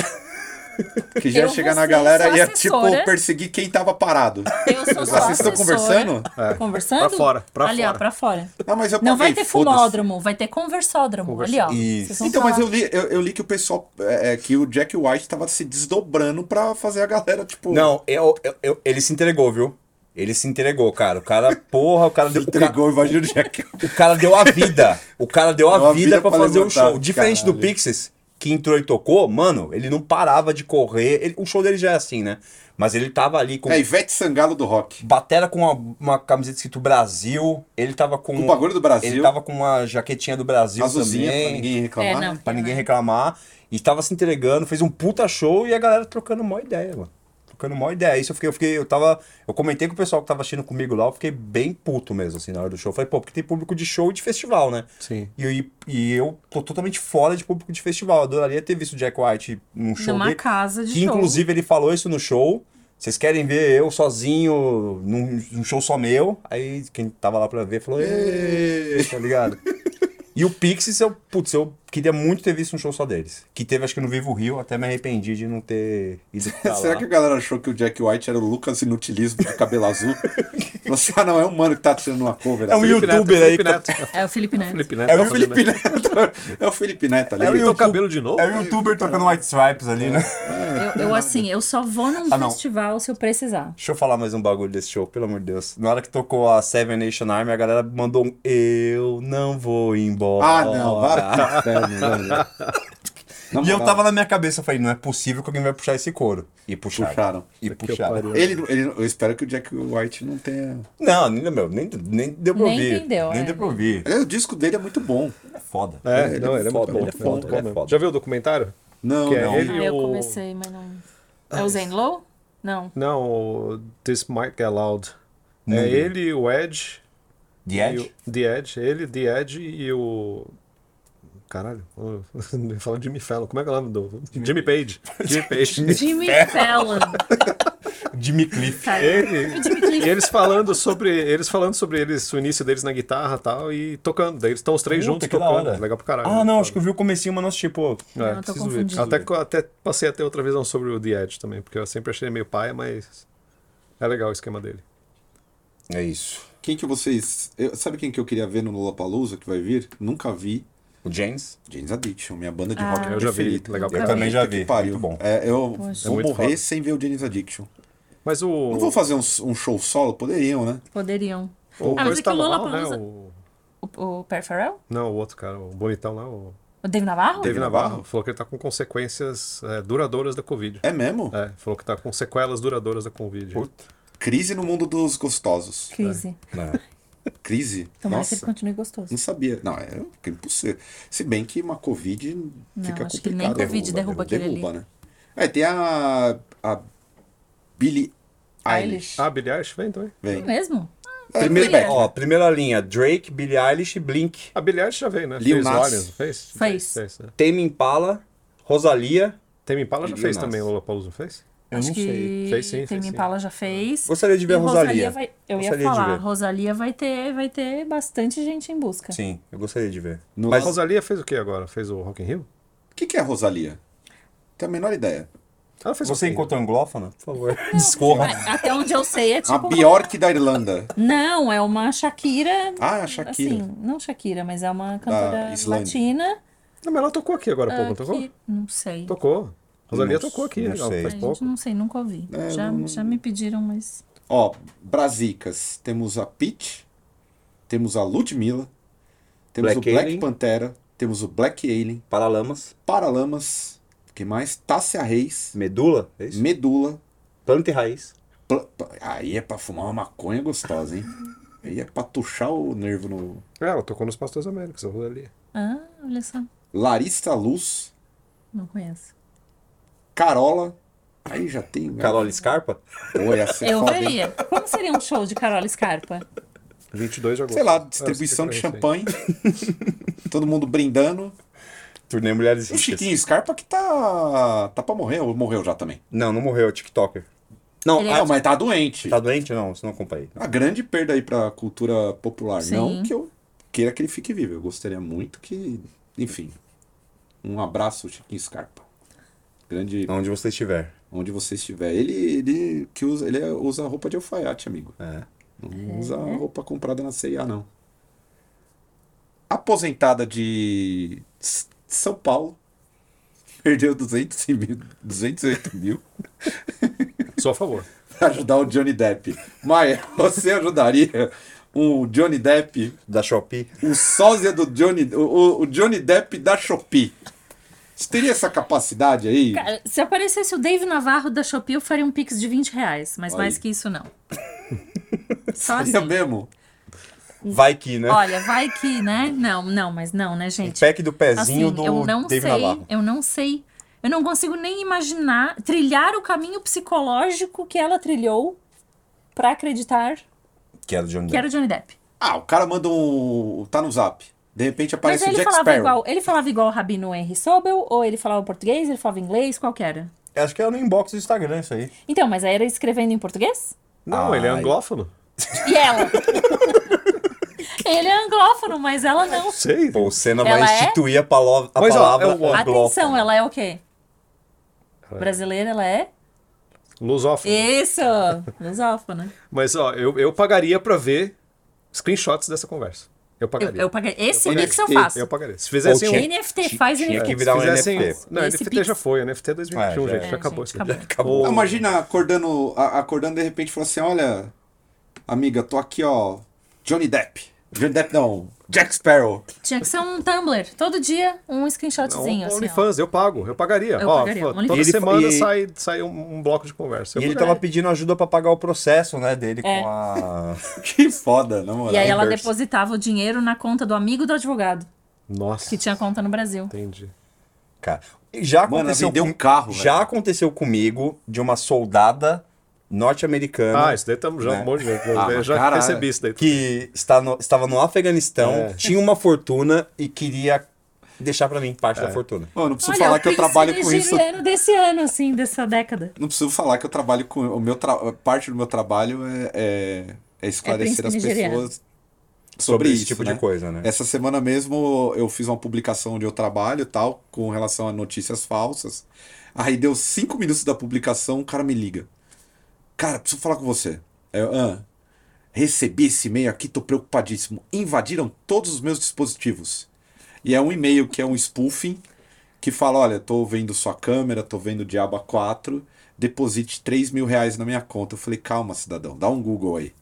que já ia
Eu
chegar
vou
na
ser
galera
sua
e ia, tipo,
assessora.
perseguir quem tava parado.
Eu sou
Vocês
sua
estão
assessora.
conversando?
Conversando?
Pra fora, pra
Ali,
fora.
ó, pra fora.
Não, mas eu
Não vai
paguei,
ter
Tá foda-se.
fumódromo, vai ter conversódromo. Ali, ó.
Isso.
Vocês vão
Então,
pra
mas
lá.
eu li, eu, eu li que o pessoal. É, é, que o Jack White tava se desdobrando pra fazer a galera, tipo.
Não, eu, eu- eu- ele se entregou, viu? Ele se entregou, cara. O cara, porra, o cara
se
deu. o ca-
entregou, imagina o Jack.
O cara deu a vida. O cara deu a,
Deu a
vida,
vida
pra
pra
fazer o
levantar,
show. Diferente do
caralho.
Pixies, que entrou e tocou, mano, ele não parava de correr. Ele- o show dele já é assim, né? Mas ele tava ali com
É, Ivete Sangalo do rock.
batera com uma, uma camiseta escrito Brasil. Ele tava com.
Com o bagulho do Brasil.
Ele tava com uma jaquetinha do Brasil
Azulzinha pra
também.
ninguém reclamar.
É, não.
Pra ninguém reclamar. E tava se entregando, fez um puta show e a galera trocando mó ideia, mano. Trocando mó ideia. Isso eu fiquei, eu fiquei, eu tava. Eu comentei com o pessoal que tava assistindo comigo lá, eu fiquei bem puto mesmo, assim, na hora do show. Eu falei, pô, porque tem público de show e de festival, né?
Sim.
E, eu- e, e eu tô totalmente fora de público de festival. Eu adoraria ter visto o Jack White num show
Numa
dele.
casa de
que
show.
inclusive ele falou isso no show. Vocês querem ver eu sozinho num, num show só meu?
É,
Aí quem tava lá pra ver falou, "Ê", tá ligado? e o Pixies, eu, putz, eu queria muito ter visto um show só deles. Que teve, acho que no Vivo Rio, até me arrependi de não ter ido pra
Será
lá.
que a galera achou que o Jack White era o Lucas Inutilismo de cabelo azul? Você, ah, não, é um mano que tá tirando uma cover.
É um
assim.
Felipe Neto,
youtuber aí
Felipe
que tá-
Neto.
É o Felipe Neto.
Felipe Neto.
É o
tá
Felipe
fazendo-
Neto. É o Felipe Neto ali.
É o
Pintou o cabelo de novo?
É um youtuber tocando White Stripes ali, né?
É.
Eu, eu, assim, eu só vou num
Ah, não.
festival se eu precisar.
Deixa eu falar mais um bagulho desse show, pelo amor de Deus. Na hora que tocou a Seven Nation Army, a galera mandou um Eu não vou embora.
Ah, não, vá pro inferno, velho. Na
E eu
moral,
tava na minha cabeça, eu falei, não é possível que alguém vai puxar esse couro. E puxaram.
Puxaram.
E
Puta que
puxaram.
pariu.
Ele, ele- eu espero que o Jack White não tenha.
Não, nem, meu, nem, nem deu pra
Nem
ouvir.
entendeu,
Nem
é.
deu pra ouvir.
Aliás, o disco dele é muito bom.
É foda.
É, não, ele é muito
foda,
bom.
ele é
muito
foda,
bom
ele é
mesmo.
foda.
Já viu o documentário?
Não,
Que é
não.
ele
Ah,
e
eu
o-
comecei, mas não. É o Zen Low? Não.
Não, o This Might Get Loud.
Não.
É ele, o Edge.
The
e
Edge?
o- The Edge, ele, The Edge e o. Caralho, o- falando de Jimmy Fallon, como é que é o nome do. Jimmy Page. Jimmy Page.
Jimmy Fallon.
Jimmy Cliff.
Tá,
Ele-
Jimmy Cliff.
E eles falando sobre eles falando sobre eles, o início deles na guitarra e tal, e tocando. Daí eles estão os três
Puta,
juntos
que da
tocando.
hora.
Legal pra caralho. né?
Ah, não, acho que eu vi o comecinho, mas não assisti, pô.
É,
Não, eu tô
preciso ver,
confundindo.
preciso
Até,
ver.
co- até passei até outra visão sobre o The Edge também, porque eu sempre achei ele meio paia, mas. É legal o esquema dele.
É isso.
Quem que vocês. eu- sabe quem que eu queria ver no Lollapalooza que vai vir? Nunca vi.
O James?
James Addiction, minha banda de
Ah,
rock
Eu já vi,
preferida.
legal pra
Eu
caralho.
também já
Puta que
vi.
pariu.
Muito bom.
É, eu
Poxa.
É
vou
muito
morrer
foda.
sem ver o James Addiction.
Mas o.
Não vou fazer um, um show solo? Poderiam, né?
Poderiam.
O
Ah, mas
coisa
é que o
tava lá, né?
Lollapalooza-
O...
O, o Per Farrell?
Não, o outro cara, o bonitão lá, o
O Dave Navarro?
Dave
Navarro?
Navarro, falou que ele tá com consequências é, duradouras da Covid.
É mesmo?
É, falou que tá com sequelas duradouras da Covid.
Crise no mundo dos gostosos.
Crise.
né?
Crise?
Tomara que ele
Nossa,
continue gostoso.
não sabia. Não, é impossível. Se bem que uma Covid fica
acho que nem
complicado.
Covid derruba aquele
derruba, né? É, tem a, a Billie Eilish.
Eilish.
Ah, Billie Eilish vem também.
Vem.
É mesmo?
É,
Primeiro,
Fleabag.
ó, primeira linha, Drake, Billie Eilish, Blink,
A Billie Eilish já veio, né?
Lil
fez
Nas.
Warriors, não fez?
Fez.
fez né?
Tame Impala, Rosalia.
Temi Impala já
Lil
fez
Nas.
também, Lola Paulus, não fez?
Eu
acho
não
que
sei.
Fez sim, fez
Tame
sim.
Impala já fez.
Gostaria de ver
E
a Rosalia.
vai- eu ia
Gostaria de
falar,
ver.
Rosalia vai ter, vai ter bastante gente em busca.
Sim, eu gostaria de ver.
No
Mas
lado-
Rosalia fez o que agora? Fez o Rock in Rio?
O que, que é Rosalia? Tenho a menor ideia.
Ela fez
Você
Rock in Rio.
encontrou anglófona? Por favor, discorra.
A- Ah, Até onde eu sei é
A
tipo.
Bjork da Irlanda.
Não, é uma Shakira.
Ah, a Shakira.
Assim, não Shakira, mas é uma cantora
Islândia.
latina.
Não, mas ela tocou aqui agora há pouco, não
ah,
tocou?
que- Não sei.
Tocou. Rosalia
Não-
tocou aqui,
não
ela
sei.
faz
Ai,
pouco.
gente, não sei, nunca ouvi. já, já me pediram, mas.
Ó, Brasicas. Temos a Peach. Temos a Ludmilla. Temos
Black
o Black
Alien.
Pantera. Temos o Black Alien.
Paralamas,
Paralamas. O que mais? Tássia Reis.
Medula, é isso?
Medula.
Planta e Raiz.
Pla- pa- Aí é pra fumar uma maconha gostosa, hein? Aí é pra tuchar o nervo no.
É, ela tocou nos Pastores Américas, a Rosalia.
Ah, olha só.
Larissa Luz.
Não conheço.
Carola. Aí já tem. né?
Carola Scarpa?
Pô, ia ser
Eu
foda, hein?
veria. Como seria um show de Carola Scarpa?
22 de agosto.
Sei lá,
Ah,
distribuição
eu
de
sei que eu
champanhe. Todo mundo brindando.
Turnê Mulheres
E o
Ricas.
Chiquinho Scarpa que tá. tá pra morrer, ou morreu já também.
Não, não morreu, é o TikToker. Não,
Ele é-
Ah,
ah,
mas tá doente.
tá doente? Não, você não compra aí.
Uma grande perda aí pra cultura popular.
Sim.
Não que eu queira que ele fique vivo. Eu gostaria muito que. Enfim. Um abraço, Chiquinho Scarpa. Grande.
Onde você estiver.
Onde você estiver. Ele, ele que usa, ele usa roupa de alfaiate, amigo.
É.
Não usa roupa comprada na CIA, não. Aposentada de S- São Paulo. Perdeu 200 e mil, 208 mil
sei. Sou a favor.
pra ajudar o Johnny Depp. Maia, você ajudaria o Johnny Depp,
Da Shopee.
o sósia do Johnny, o- o, o Johnny Depp da Shopee? Você teria essa capacidade aí?
Cara, se aparecesse o Dave Navarro da Shopee, eu faria um pix de 20 reais. Mas
Olha
mais
aí.
que isso, não. Só assim.
Faria mesmo?
Vai que, né?
Hum. Olha, vai que, né? Não, não, mas não, né,
Um
gente?
pack do pezinho
Assim,
do
eu não
David
sei,
Navarro.
eu não sei. Eu não consigo nem imaginar, trilhar o caminho psicológico que ela trilhou pra acreditar
Que era o Johnny
que era
Depp.
o Johnny Depp.
Ah, o cara manda um. tá no zap. De repente
Mas
aparece o
ele
Jack
falava,
Sparrow.
igual, ele falava igual o Rabino Henry Sobel, ou ele falava português, ele falava inglês, qual que era?
Acho que era no inbox do Instagram isso aí.
Então, mas aí era escrevendo em português?
Não, ele é
Ai.
anglófono.
E ela? Ele é anglófono, mas ela não.
Sei.
Pô, o Senna
Ela
vai
é?
instituir a, palo- a
Pois ó,
palavra
é o-
anglófono.
Atenção, ela é o quê?
é.
Brasileira, ela é?
Lusófono.
Isso! Lusófona.
Mas, ó, eu, eu pagaria pra ver screenshots dessa conversa. Eu
Eu,
pagaria.
eu paguei. Esse
pagaria.
pix eu
NFT,
faço.
Eu pagaria. Se fizessem
Ou
um.
tinha-
NFT,
Ti-
faz
tinha
NFT.
que virar um
se fizessem-
NFT.
Não,
Esse
NFT
pix-
já foi. NFT é 2021,
É, já
gente.
é.
Já acabou.
Gente,
isso aqui.
acabou.
Acabou.
Ou-
Imagina acordando, a- acordando de repente e falar assim: olha, amiga, tô aqui, ó. Johnny Depp. Johnny Depp não. Jack Sparrow.
Tinha que ser um Tumblr. Todo dia, um
Não,
screenshotzinho. assim, ó.
É OnlyFans, eu pago, eu pagaria.
Eu
Ó,
pagaria,
fo-
OnlyFans.
Toda
Ele-
semana
e-
sai, sai um, um bloco de conversa. Eu
E ele
pagaria.
tava pedindo ajuda pra pagar o processo, né, dele
É.
com a...
Que foda, na moral.
E aí ela
Inverse.
depositava o dinheiro na conta do amigo do advogado,
Nossa.
que tinha conta no Brasil.
Entendi.
Cara, já
Mano,
aconteceu
vendeu
com-
um carro,
Já
velho.
aconteceu comigo de uma soldada norte-americana
Ah, isso daí tamo já
Né?
um monte de gente. Eu
Ah,
já
caralho.
recebi isso daí.
que está no- estava no Afeganistão,
É.
tinha uma fortuna e queria deixar pra mim parte da fortuna.
Mano, não preciso
Olha,
falar
o
que eu
Pix
trabalho com isso.
nigeriano desse ano, assim, dessa década.
Não preciso falar que eu trabalho com. O meu tra- Parte do meu trabalho é, é- é esclarecer
príncipe
as
nigeriano.
pessoas sobre,
Sobre esse
isso,
tipo
né?
de coisa, né?
Essa semana mesmo eu fiz uma publicação onde eu trabalho e tal, com relação a notícias falsas. Aí deu cinco minutos da publicação, o cara me liga. Cara, preciso falar com você. Aí Eu, "Ah, recebi esse e-mail aqui, tô preocupadíssimo. Invadiram todos os meus dispositivos. E é um e-mail que é um spoofing, que fala, olha, tô vendo sua câmera, tô vendo o Diaba 4, deposite 3 mil reais na minha conta. Eu falei, calma, cidadão, dá um Google aí.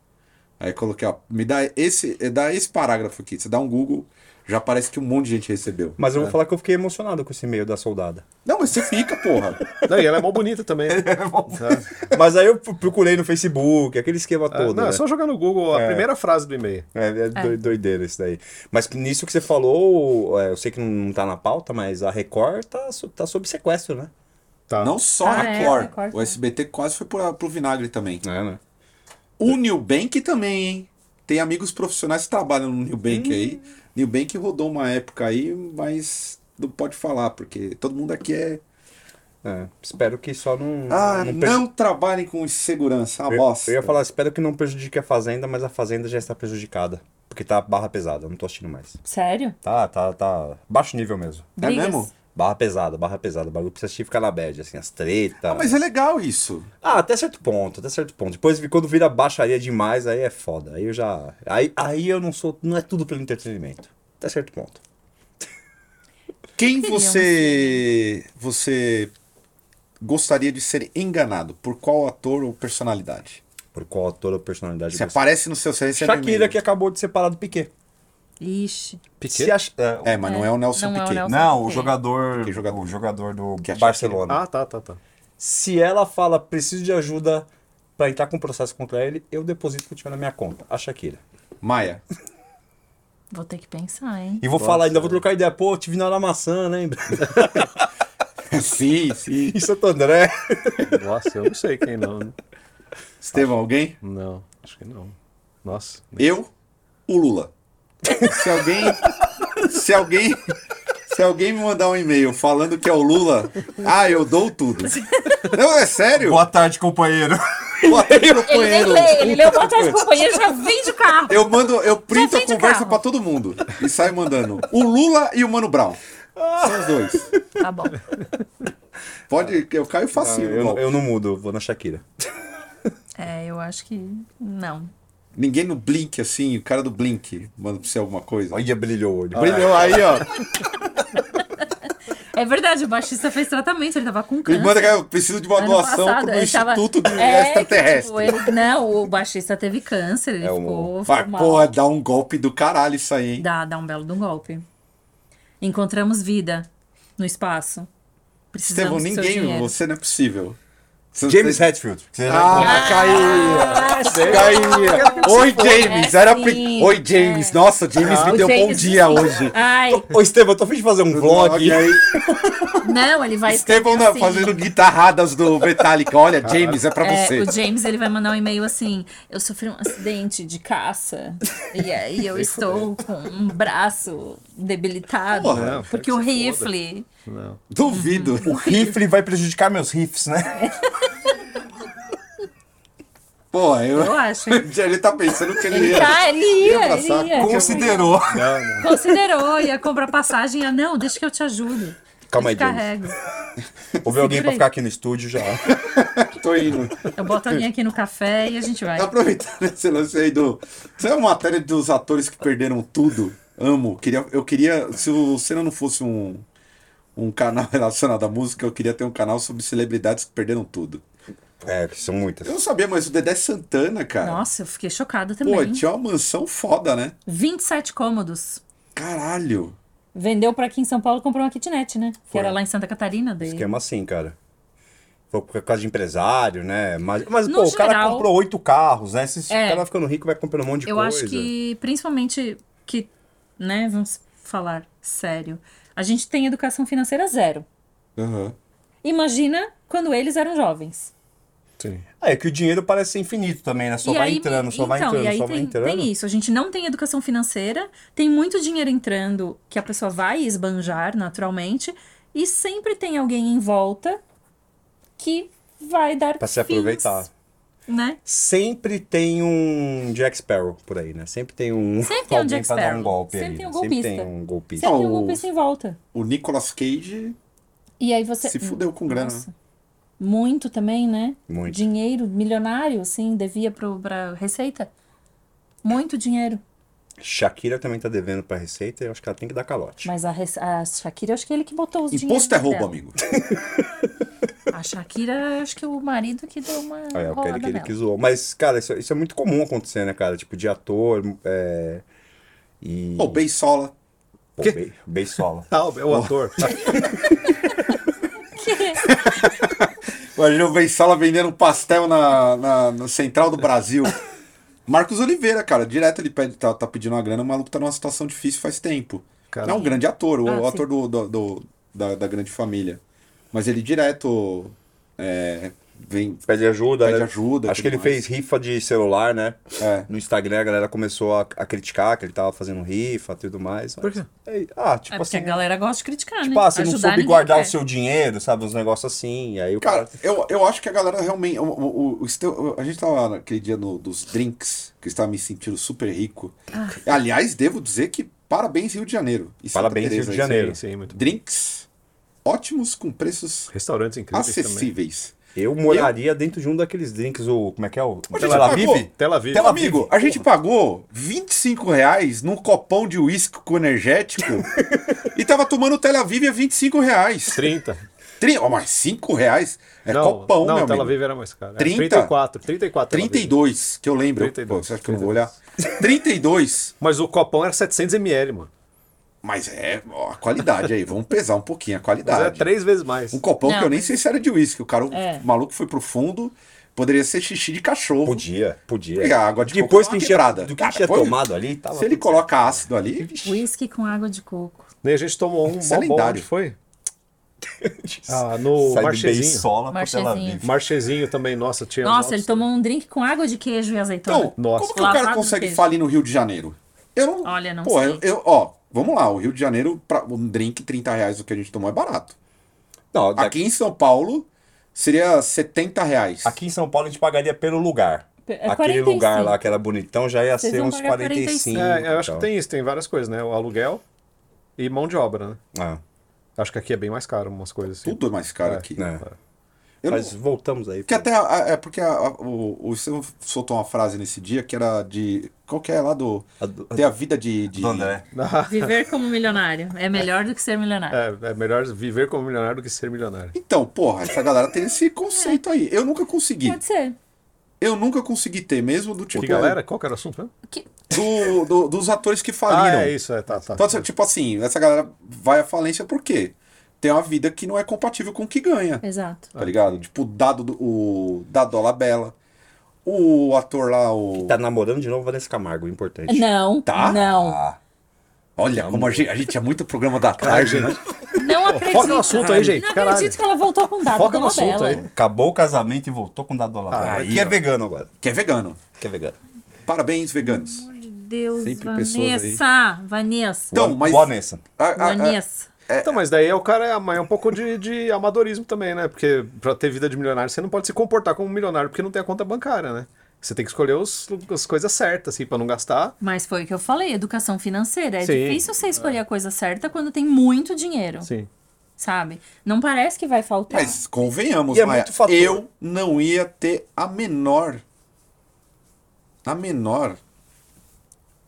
Aí coloquei, ó, me dá esse, eh, dá esse parágrafo aqui. Você dá um Google, já parece que um monte de gente recebeu.
Mas eu vou falar que eu fiquei emocionado com esse e-mail da soldada.
Não, mas você fica, porra.
Não, e ela é mó bonita também.
Mas aí eu pu- procurei no Facebook, aquele esquema
Ah,
todo.
não,
né?
é só jogar no Google a primeira frase do e-mail.
É, é doi- doideira isso daí. Mas que nisso que você falou, é, eu sei que não- não tá na pauta, mas a Record tá, so- tá sob sequestro, né?
Tá.
Não só
Ah,
a
é,
Record.
Record
o
também.
SBT quase foi pro, pro vinagre também.
É, né?
O Nubank também, hein? Tem amigos profissionais que trabalham no Nubank aí.
Hum.
Nubank rodou uma época aí, mas não pode falar, porque todo mundo aqui é.
É, espero que só Hum. não.
Ah, não,
preju-
trabalhem com insegurança, é uma
Eu-
bosta.
Eu ia falar, espero que não prejudique a Fazenda, mas a Fazenda já está prejudicada. Porque tá barra pesada, eu não tô assistindo mais.
Sério?
Tá, tá, tá. Baixo nível mesmo.
É
Brigas?
mesmo?
Barra pesada, barra pesada. O bagulho precisa assistir e ficar na bad, assim, as tretas. Ah,
Ah, mas é legal isso.
até certo ponto, até certo ponto. Depois, quando vira baixaria demais, aí é foda. Aí eu já. Aí, aí eu não sou. Não é tudo pelo entretenimento. Até certo ponto.
Quem
Seria um
você você gostaria de ser enganado? Por qual ator ou personalidade?
Por qual ator ou personalidade
Você
você é.
aparece no seu você recebe um
Shakira
e-mail.
que acabou de separar do Piquet.
Ixi.
Se ach- é,
É, mas não é o Nelson
Não é o
Piquet.
Nelson.
Não, o
Piquet.
jogador,
Que é jogador?
O jogador do
Que é
Barcelona.
Ah, tá, tá, tá.
Se ela fala, preciso de ajuda pra entrar com processo contra ele, eu deposito o que tiver na minha conta, a Shakira.
Maia.
Vou ter que pensar, hein?
E vou falar, ainda vou trocar ideia, pô, eu tive na hora maçã, lembra?
sim, sim.
Em Santo André.
Nossa, eu não sei quem não. né?
Estevão, alguém?
Não, acho que não. Nossa.
Eu, o Lula. Se alguém se alguém se alguém me mandar um e-mail falando que é o Lula, ah, eu dou tudo. Não, é sério?
tarde, companheiro.
Bota aí,
Ele nem
companheiro.
lê, ele leu boa tarde, companheiro, já vende o carro.
Eu mando, eu printo
Já
a
vende
conversa
carro.
pra todo mundo e saio mandando. O Lula e o Mano Brown. São os dois.
Tá bom.
Pode, eu caio facinho. no
Eu,
golpe.
eu não mudo, vou na Shakira.
É, eu acho que não.
Ninguém no Blink assim, o cara do Blink manda pra você alguma coisa.
Olha, brilhou o olho.
Brilhou aí, ó.
É verdade, o baixista fez tratamento, ele tava com
Me
câncer.
manda que eu preciso de uma
Ano
doação
passado,
pro
ele tava-
Instituto de
É, que, tipo,
Extraterrestre.
ele- Não, o baixista teve câncer, ele
É, o-
ficou.
Vai,
ficou mal.
porra, dá um golpe do caralho isso aí, hein?
Dá, dá um belo de um golpe. Encontramos vida no espaço.
Estevão,
Precisamos do seu
ninguém,
dinheiro.
você não é possível. Você-
James
você-
Hetfield. que você já-
Ah,
Ah,
caía! Caía! Oi, James!
É
Era
sim,
pri- Oi, James! Nossa, James
O
me deu bom
James-
dia hoje.
Ai,
Ô, Estevam, eu tô a fim de fazer um vlog.
E aí,
não, ele vai.
Estevão na-
escrever assim,
fazendo guitarradas do Metallica. Olha, James, é pra
é,
você.
o James ele vai mandar um e-mail assim: Eu sofri um acidente de caça e aí eu estou com um braço debilitado
Porra,
não,
porque
quero
o
que se foda.
rifle
Não.
Duvido.
Uhum.
Rifle vai prejudicar meus riffs, né?
Pô, eu...
Eu acho. hein?
ele tá pensando que ele
Ele
ia.
tá, é, ele
ia
ia,
abraçar
ele ia.
Considerou.
Considerou, ia comprar passagem. ia, Não, deixa que eu te ajudo.
Calma aí, James.
Descarrego.
Houve alguém pra
aí.
ficar aqui no estúdio já.
Tô indo.
Eu boto alguém aqui no café e a gente vai.
Tá Aproveitando esse lance aí do. Isso é uma matéria dos atores que perderam tudo. Amo. Queria, eu queria. Se o Senna não fosse um, um canal relacionado à música, eu queria ter um canal sobre celebridades que perderam tudo.
É, que são muitas.
Eu não sabia, mas o Dedé Santana, cara.
Nossa, eu fiquei chocada também.
Pô, tipo- tinha uma mansão foda, né?
27 cômodos.
Caralho.
Vendeu pra aqui em São Paulo, comprou uma kitnet, né? Que era lá em Santa Catarina dele.
Esquema assim, cara. Foi por causa de empresário, né? Mas, mas,
No
pô, o cara
geral-
comprou oito carros, né? Se
É.
o cara vai ficando rico, vai comprando um monte de
Eu
coisa.
acho que, principalmente, que, né, vamos falar sério. A gente tem educação financeira zero.
Aham.
Imagina quando eles eram jovens.
Sim.
Ah, É que o dinheiro parece ser infinito também, né? Só
E
vai
aí,
entrando, só vai
então,
entrando,
e aí
só
tem,
vai entrando.
tem isso. A gente não tem educação financeira, tem muito dinheiro entrando que a pessoa vai esbanjar naturalmente, e sempre tem alguém em volta que vai dar
Pra se
fins,
aproveitar.
né?
Sempre tem um Jack Sparrow por aí, né? Sempre tem um.
Sempre tem um
alguém
Jack
pra dar
Sparrow.
um golpe
Sempre
ali,
tem um
né? Sempre
golpista.
tem um golpista.
Sempre tem um
o-
golpista em volta.
O Nicolas Cage
E aí você.
se fudeu com grana. né?
Nossa. Muito também, né?
Muito.
Dinheiro milionário, assim, devia pro, pra Receita. Muito dinheiro.
Shakira também tá devendo pra Receita e eu acho que ela tem que dar calote.
Mas a, Rece- a Shakira, acho que ele que botou os dinheiros
Imposto é roubo,
dela.
amigo.
A Shakira, acho que é o marido que deu uma
É, o cara
rolada
que ele
nela.
que zoou. Mas, cara, isso, isso é muito comum acontecer, né, cara? Tipo, de ator. É... E.
Pô, Beisola.
Pô,
Quê?
bem, bem sola.
Ah, o, é o ator.
Imagina o Beisola vendendo um pastel na, na, na Central do Brasil. Marcos Oliveira, cara, direto ele pede, tá, tá pedindo uma grana, o maluco tá numa situação difícil faz tempo.
Cara.
Não, um grande ator, o,
Ah,
o ator do, do- do- da, da grande família. Mas ele direto é, vem.
Pede ajuda,
Pede
né?
ajuda,
Acho que ele
tudo mais.
fez rifa de celular, né?
É.
No Instagram a galera começou a, a criticar que ele tava fazendo rifa e tudo mais.
Por quê?
É, ah, tipo
É porque
assim.
a galera gosta de criticar,
Tipo,
né?
ah, você não
Ajudar
soube
ninguém
guardar
quer.
o seu dinheiro, sabe? Uns negócios assim. E aí o cara.
Cara, eu, eu acho que a galera realmente. O, o- o Esteu- a gente tava naquele dia no- dos drinks, que eu estava me sentindo super rico. Aliás, devo dizer que parabéns, Rio de Janeiro. E Santa
Parabéns, Rio
Teresa,
de
isso aí.
Janeiro.
Sim, sim, muito.
Drinks ótimos com preços
Restaurantes incríveis também.
acessíveis.
Eu moraria dentro de um daqueles drinks, o. Como é que é o.
Mas
Tel
gente, pagou.
Aviv?
Tel Aviv.
Tel Aviv.
Amigo, a gente pagou 25 reais num copão de uísque com energético e tava tomando Tel Aviv a 25 reais.
30.
Tri... ó, mas 5 reais é
não,
copão,
não,
meu
Tel
amigo.
Aviv era mais caro. É,
30?
34, 34. Tel Aviv.
32, que eu lembro.
32,
Pô, você acha que eu não vou olhar? 32.
Mas o copão era 700ml, mano.
Mas é, ó, a qualidade aí, vamos pesar um pouquinho a
é
Mas era
qualidade.
três vezes mais.
Um copão
Não,
que eu nem
mas-
sei se era de uísque. O cara, o
É.
maluco foi pro fundo, poderia ser xixi de cachorro.
Podia, podia.
E a água de
Depois
coco
que
dá uma
enchia,
quebrada.
do que
Cara,
tinha
foi-
tomado ali, tava.
Se ele
tudo
coloca ácido ali, vixe,
Whisky com água de coco.
Daí a gente tomou um
Isso é
bombom,
lendário.
onde foi?
certo.
Ah, no
Sai do
Marchezinho.
Beisola pra Tel
Marchezinho.
Aviv.
Marchezinho também, nossa, tinha...
Nossa, ele tomou um drink com água de queijo e azeitona.
Então,
Nossa.
como que o cara
Lavado
consegue
queijo.
falir no Rio de Janeiro? Eu não.
Olha, não
pô,
sei.
Eu, eu- ó, vamos lá, o Rio de Janeiro, pra um drink, 30 reais o que a gente tomou é barato.
Não, daqui-
Aqui em São Paulo, seria 70 reais.
Aqui em São Paulo a gente pagaria pelo lugar.
Pe- é
Aquele
45.
lugar lá que era bonitão já ia
Vocês
ser
vão
uns
pagar
45.
45.
É, eu acho
então.
que tem isso, tem várias coisas, né? O aluguel e mão de obra, né?
Ah,
Acho que aqui é bem mais caro umas coisas assim.
Tudo é mais caro aqui.
né.
Eu não-
Mas voltamos aí.
Porque até a- a- é porque a- a- o, o Sam soltou uma frase nesse dia que era de. Qual que é lá do.
A do-
Ter a vida de. de
Do André.
Viver como milionário é melhor do que ser milionário.
É, é melhor viver como milionário do que ser milionário.
Então, porra, essa galera tem esse conceito aí. Eu nunca consegui.
Pode ser.
Eu nunca consegui ter, mesmo do tipo.
Que galera? Qual que era o assunto? né?
Que-
do- do- dos atores que
Ah,
faliram.
é isso, é, tá, tá.
Então, assim, tipo assim, essa galera vai à falência por quê? Tem uma vida que não é compatível com o que ganha,
Exato.
tá ligado? Tipo, o dado do, o Dado Dolabella, o ator lá, o...
Tá namorando de novo Vanessa Camargo, importante.
Não,
Tá?
não.
Olha, como a gente, a gente é muito programa da tarde, né?
Não acredito.
foca no assunto aí, gente,
Não
caralho.
acredito que ela voltou com dado
Foca
da
no assunto
novela.
aí.
Acabou o casamento e voltou com dado lá.
Ah,
Aqui
aí,
é
ó.
vegano agora.
Que é vegano.
Aqui é vegano.
Parabéns, veganos.
Deus,
Sempre pessoas aí. ah.
Vanessa. Vanessa.
Então, mas...
Vanessa.
A- a- a-
Vanessa.
Então, mas daí é o cara, é mas é um pouco de, de amadorismo também, né? Porque pra ter vida de milionário, você não pode se comportar como um milionário porque não tem a conta bancária, né? Você tem que escolher os, as coisas certas, assim, pra não gastar.
Mas foi o que eu falei, educação financeira. É
Sim.
difícil você escolher a coisa certa quando tem muito dinheiro,
Sim.
sabe? Não parece que vai faltar.
Mas convenhamos,
E é
Maia,
muito fator.
eu não ia ter a menor. A menor.